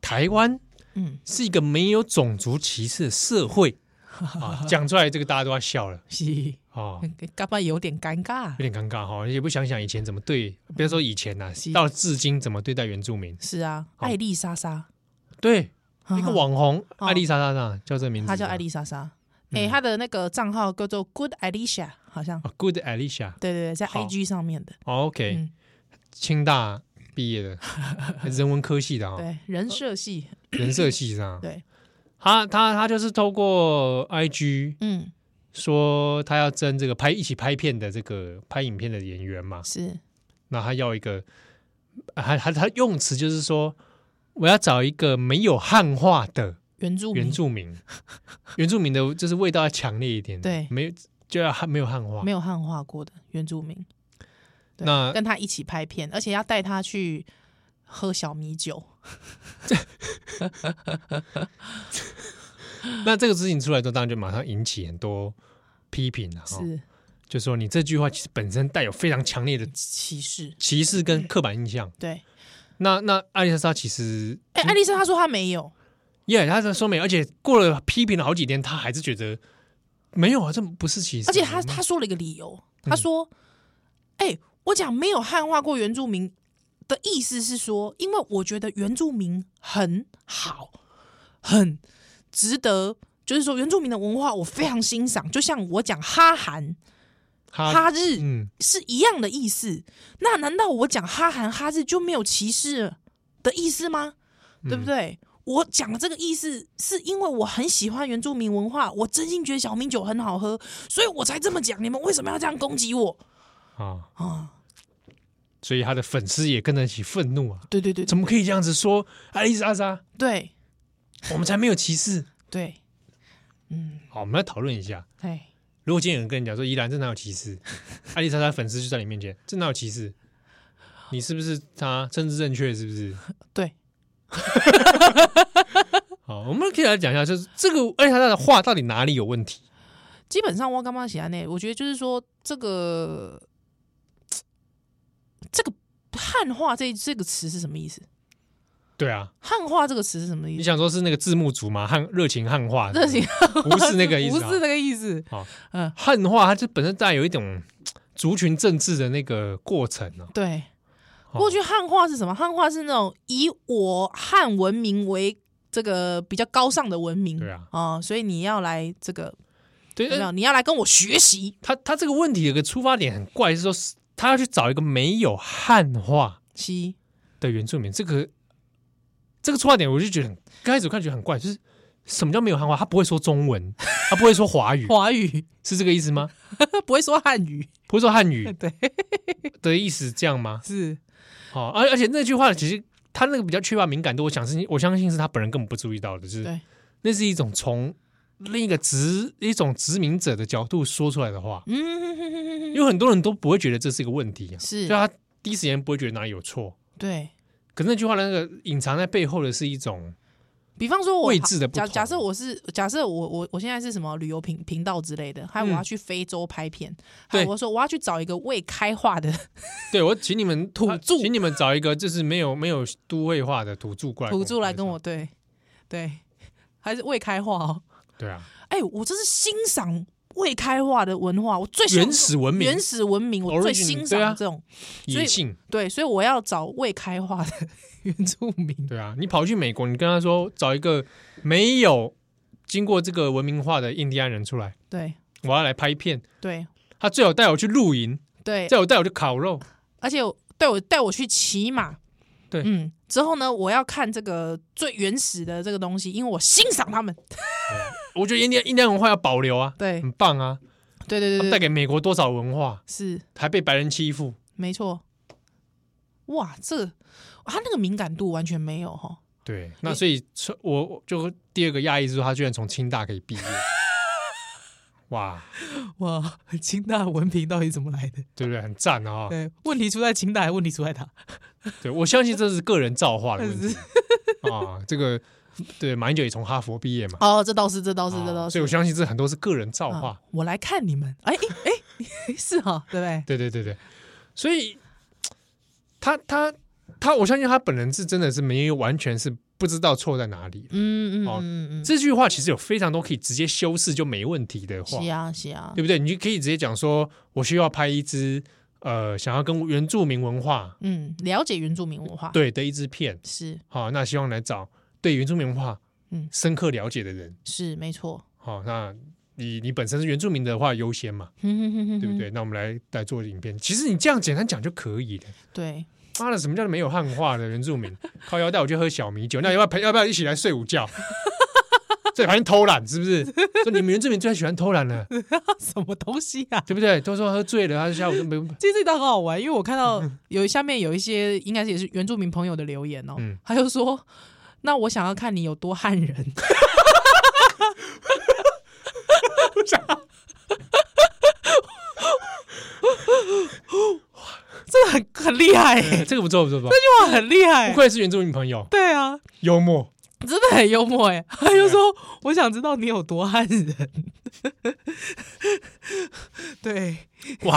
A: 台湾
B: 嗯，
A: 是一个没有种族歧视的社 会啊，讲出来这个大家都要笑了
B: 是，
A: 啊。
B: 干嘛有点尴尬？
A: 有点尴尬哈，也不想想以前怎么对，不要说以前呐、啊
B: 嗯是
A: 到至今怎么对待原住民？
B: 是啊，
A: 好
B: 艾丽莎莎，
A: 对，
B: 哈
A: 一个
B: 哈
A: 网红
B: 哦
A: 艾丽莎莎娜叫这个名字，嗯
B: 她叫艾，丽莎莎，哎、她的那个账号叫做 Good Alicia 哈、好像
A: 啊，Good Alicia。
B: 对对对，在
A: 好
B: IG 上面的，
A: 哦 OK，、
B: 嗯
A: 清大毕 业的，还是人文科系的啊、
B: 对人设系，
A: 人设系上。
B: 对，
A: 他他他就是透过 IG
B: 嗯，
A: 说他要争这个拍一起拍片的这个拍影片的演员嘛，
B: 是
A: 那他要一个，还还他用词就是说我要找一个没有汉化的
B: 原住民
A: 原住 民，原住民的就是味道要强烈一点，
B: 对
A: 没有就要汉没有汉化
B: 没，有汉化过的原住民，对
A: 那
B: 跟他一起拍片，而且要带他去喝小米酒，
A: 哦那这个事情出来之后，当然就马上引起很多批评了、哦，
B: 是
A: 就说你这句话其实本身带有非常强烈的
B: 歧视。
A: 歧视跟刻板印象。
B: 对，
A: 那那艾丽莎莎其实，
B: 哎、艾丽莎她说她没有，
A: 耶、她在说美，而且过了批评了好几天，她还是觉得没有啊，这不是歧视啊，
B: 而且她
A: 没有
B: 她说了一个理由，她说：“哎、我讲没有汉化过原住民的意思是说，因为我觉得原住民很好，很值得。”就是说，原住民的文化我非常欣赏，就像我讲哈韩、
A: 她
B: 哈日，
A: 嗯，
B: 是一样的意思。那难道我讲哈韩哈日就没有歧视的意思吗？对不对？我讲的这个意思是因为我很喜欢原住民文化，我真心觉得小米酒很好喝，所以我才这么讲。你们为什么要这样攻击我
A: 啊，
B: 啊？
A: 所以她的粉丝也跟着一起愤怒啊，
B: 对对对
A: 怎么可以这样子说艾丽莎莎？
B: 对
A: 我们才没有歧视。
B: 对，嗯，
A: 好，我们来讨论一下，
B: 哎，
A: 如果今天有人跟你讲说，依兰这哪有歧 视？艾丽莎莎粉丝就在你面前，这哪有歧视？你是不是她政治正确？是不是？
B: 对，
A: 好，我们可以来讲一下，就是这个艾丽莎莎的话到底哪里有问题？
B: 基本上我干嘛写安内？我觉得就是说这个这个汉化这这个词是什么意思？
A: 对啊，
B: 汉化这个词是什么意
A: 你
B: 思？
A: 想说是那个字幕组嘛？汉热情汉化，
B: 热情
A: 不是那个意思、
B: 不
A: 啊，
B: 是那个意思。
A: 汉化，它就本身带有一种族群政治的那个过程啊。
B: 对，
A: 哦
B: 过去汉化是什么？汉化是那种以我汉文明为这个比较高尚的文明，
A: 对啊
B: 哦，所以你要来这个，
A: 对
B: 有，没有
A: 呃
B: 你要来跟我学习，
A: 他他这个问题有个出发点很怪，是说他要去找一个没有汉化
B: 西
A: 的原住民，这个这个出发点我就觉得很刚开始我看觉得很怪，就是什么叫没有汉化？他不会说中文，他不会说华 语，
B: 华语，
A: 是这个意思吗？
B: 他不会说汉语，
A: 不会说汉语
B: 对，
A: 的意思这样吗？
B: 是
A: 好，而而且那句话其实他那个比较缺乏敏感度，我想是我相信是他本人根本不注意到的，就是
B: 对，
A: 那是一种从另一个殖一种殖民者的角度说出来的话，
B: 嗯，
A: 有很多人都不会觉得这是一个问题啊，
B: 是
A: 就他第一时间不会觉得哪里有错，
B: 对。
A: 可是那句话那个隐藏在背后的是一种
B: 比方说我，
A: 位置的不
B: 假
A: 同
B: 假设我是假设我我我现在是什么旅游频频道之类的，还有我
A: 嗯
B: 要去非洲拍片，还
A: 对
B: 有我说我要去找一个未开化的
A: 对我请你们
B: 土著
A: 啊请你们找一个就是没有没有都会化的土著过来
B: 土著来跟
A: 分
B: 我对对，还是未开化哦，
A: 享，对啊，
B: 哎、我这是欣赏未开化的文化，我最喜欢
A: 原始文明
B: 哎原始文明，我最
A: Origin，
B: 欣
A: 对
B: 赏
A: 啊
B: 这种所以
A: 野性，
B: 对，所以我要找未开化的原住 民。
A: 对啊，你跑去美国，你跟他说找一个没有经过这个文明化的印第安人出来，
B: 对
A: 我要来拍片，
B: 对
A: 他最好带我去露营，
B: 对，
A: 再有带我去烤肉，
B: 而且我带我带我去骑马。
A: 对
B: 嗯，之后呢，我要看这个最原始的这个东西，因为我欣赏他们。
A: 我觉得印第印第安文化要保留啊，
B: 对
A: 很棒啊，
B: 对对
A: 他们
B: 对对
A: 带，给美国多少文化，
B: 是
A: 还被白人欺负，
B: 没错。哇，这他那个敏感度完全没有哈。
A: 对，那所以所以我我就第二个讶异是说，他居然从清大可以毕 业，哇，
B: 哇，清大文凭到底怎么来的？
A: 对不对？很赞啊、哦！
B: 对，问题出在清大，还问题出在他。
A: 对我相信这是个人造化的 问题啊，这个对马英九也从哈佛毕业嘛。
B: 哦，这倒是，这倒是，这
A: 啊
B: 倒
A: 所
B: 是。
A: 以我相信这很多是个人造化，
B: 啊我来看你们，哎哎哎， 是哈，对不对？
A: 对对对对，所以他他他，我相信他本人是真的是没有完全是不知道错在哪里。
B: 嗯嗯
A: 哦
B: 嗯嗯
A: 这句话其实有非常多可以直接修饰就没问题的话
B: 嗯，，是啊是啊
A: 对，不对？你就可以直接讲说，我需要拍一支呃，想要跟原住民文化
B: 嗯，了解原住民文化，，
A: 对的一支片，
B: 是
A: 好、那希望来找对原住民文化
B: 嗯
A: 深刻了解的人，
B: 是没错，
A: 好、那你你本身是原住民的话优先嘛，
B: 对
A: 对不？对？那我们来来做影片，其实你这样简单讲就可以了。
B: 对，
A: 妈的，什么叫没有汉化的原住民？ 靠腰带我去喝小米酒，那要不要陪？要不要一起来睡午觉？ 这反正偷懒是不是？说你们原住民最喜欢偷懒了，
B: 什么东西啊？
A: 对不对？都说喝醉了，他下午都没有。
B: 其实这倒很好玩，因为我看 到有下面有一些应该是也是原住民朋友的留言哦，
A: 嗯
B: 他就说：“那我想要看你有多 汉人。这很很厉 害、欸，
A: 这个不错，不错，不错，
B: 这句话很厉害、
A: 不愧是原住民朋友，
B: 对啊，
A: 幽默。
B: 真的很幽默哎、他就说：“我想知道你有多汉人。 对，
A: 哇，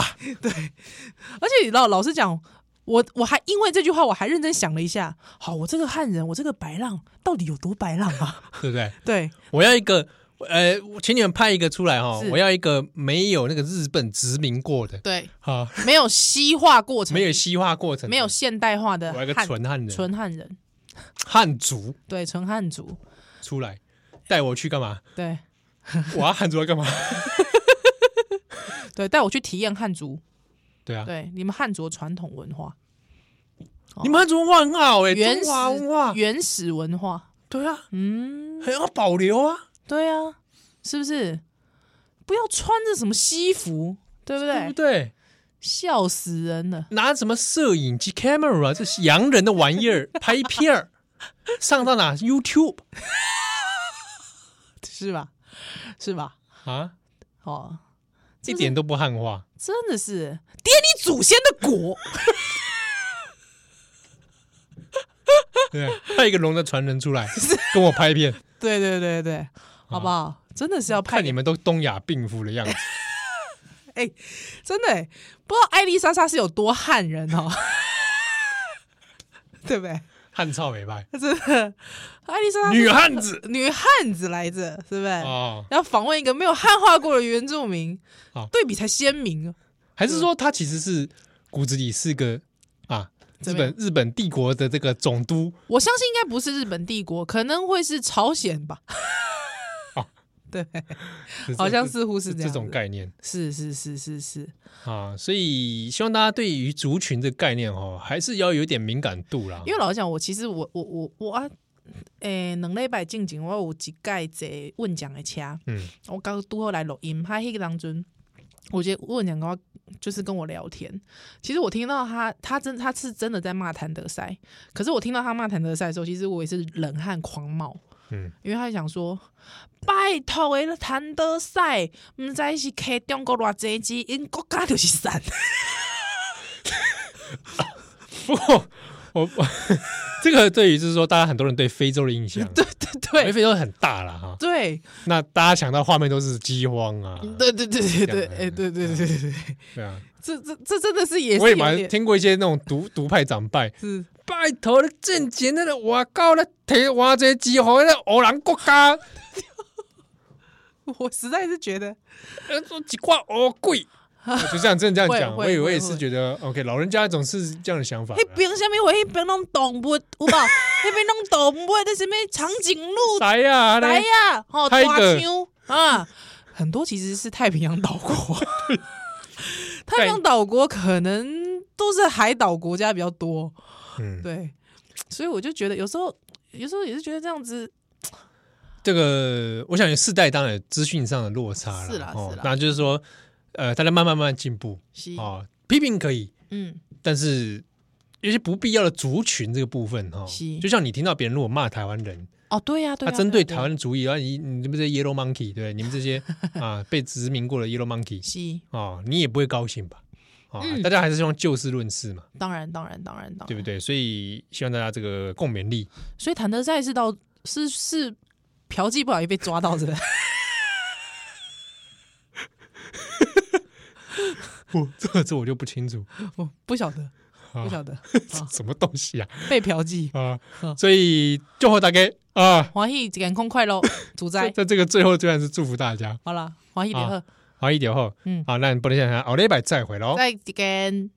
B: 而且老老实讲，我我还因为这句话，我还认真想了一下，好，我这个汉人，我这个白浪到底有多白浪啊？
A: 对不 对？
B: 对，
A: 我要一个，呃，我请你们派一个出来哈、哦
B: 是，
A: 我要一个没有那个日本殖民过的
B: 对，
A: 啊，
B: 没有西化过程，
A: 没有西化过程，
B: 没有，现代化的
A: 我要一个
B: 汉
A: 纯汉人，
B: 纯汉人，
A: 汉族
B: 对，纯汉族，
A: 出来，带我去干 嘛？
B: 对
A: 我要汉族要干嘛？
B: 对，带我去体验汉族，
A: 对啊，
B: 对，你们汉族的传统文化，
A: 你们汉族文化很好哎、
B: 原
A: 中
B: 始
A: 华文化，
B: 原始文化，
A: 对啊，
B: 嗯，
A: 很要保留啊，
B: 对啊，是不是？不要穿着什么西服，对不
A: 对不
B: 对？
A: 对？
B: 笑死人了，
A: 拿什么摄影机 camera 这是洋人的玩意 儿拍片儿，上到哪 YouTube
B: 是吧？是吧？
A: 啊，
B: 哦，
A: 一点都不汉化。
B: 真的是跌你祖先的果，
A: 对啊，派一个龙的传人出来跟我拍片，
B: 对对对对，好不好？真的是要派
A: 看你，们都东亚病夫的样子。
B: 真的欸不知道艾丽莎莎是有多汉人哦， 对不对？
A: 汉操美 拜，
B: 真的，艾丽莎莎是
A: 女汉 子
B: 女汉子来着，是不是？
A: 哦，
B: 要访问一个没有汉化过的原住民
A: 好，
B: 对比才鲜明。啊
A: 还是说他其实是骨子里是个啊日
B: 怎么样
A: 本日本帝国的这个总督
B: 我相信应该不是日本帝国，可能会是朝鲜吧。对，
A: 这
B: 好像
A: 这
B: 似乎是这
A: 这
B: 样
A: 种
B: 子
A: 概念
B: 是是是是是，
A: 啊，所以希望大家对于族群的概念哦，还是要有点敏感度啦。
B: 因为老实讲，我其实我我我我啊，诶、两礼拜进前我有一届坐运奖的车，
A: 嗯
B: 我刚拄好来录音，他迄个当中，我觉得问讲跟我就是跟我聊天，其实我听到他，他真他是真的在骂谭德赛，可是我听到他骂谭德赛的时候，其实我也是冷汗狂冒，
A: 嗯，
B: 因为他想说，拜托诶，谭德赛，毋知是开中国偌济钱，因国家就是散，
A: 不过我 我这个对于就是说，大家很多人对非洲的印象，
B: 对
A: 因为
B: 对对
A: 非洲很大啦哈。
B: 对
A: 那大家想到画面都是饥荒啊，
B: 嗯对对对对
A: 这
B: 对，
A: 样
B: 哎对对对对对。
A: 对啊。
B: 这这这真的是也
A: 我
B: 是
A: 也
B: 有
A: 蛮
B: 点
A: 听过一些那种独独派长辈，
B: 是
A: 拜托你挣钱那个外国咧提偌济钱互那欧人国家，
B: 我实在是觉得
A: 呃，做一挂乌 鬼。哦就这样，真的这样讲，
B: 会
A: 我
B: 会
A: 以为
B: 会
A: 也是觉得 OK，老人家总是这样的想法啦。
B: 那边下面我那边弄动物，有无？那边弄动物，那什么长颈鹿、
A: 来呀，
B: 来
A: 来，啊
B: 呀，哦，大
A: Tiger
B: 象啊，很多其实是太平洋岛国，太平洋岛国可能都是海岛国家比较多，
A: 嗯，
B: 对，所以我就觉得有时候有时候也是觉得这样子，
A: 这个我想有世代当然有资讯上的落差啦
B: 是啦
A: 哦
B: 是啦
A: 那就是说，呃，大家慢慢慢慢进步
B: 是
A: 哦，批评可以，
B: 嗯，
A: 但是有些不必要的族群这个部分哈
B: 是，
A: 就像你听到别人如果骂台湾人，
B: 哦，对呀，对
A: 他
B: 呀，
A: 针对
B: 对
A: 台湾的族裔，然后你你们这些 yellow monkey，对你们这 些啊被殖民过的 yellow monkey
B: 西，
A: 哦，你也不会高兴吧？啊
B: 嗯，哦
A: 大家还是用就事论事嘛，
B: 当然当然当然当然
A: 对不对？所以希望大家这个共勉力。
B: 所以谭德赛是到是是嫖妓不小心被抓到，是不是？
A: 我 这这我就不清楚，
B: 我 不晓得，
A: 啊
B: 哦不晓 得哦
A: 什么东西啊
B: 被嫖妓。
A: 啊！所以最后大概啊，
B: 华裔健康快乐，主
A: 在
B: 宰
A: 在这个最后，最然是祝福大家
B: 好
A: 啊
B: 了，华裔联合，
A: 好一点后，
B: 嗯
A: 好，那不能想想，奥利百再回喽。
B: 再见。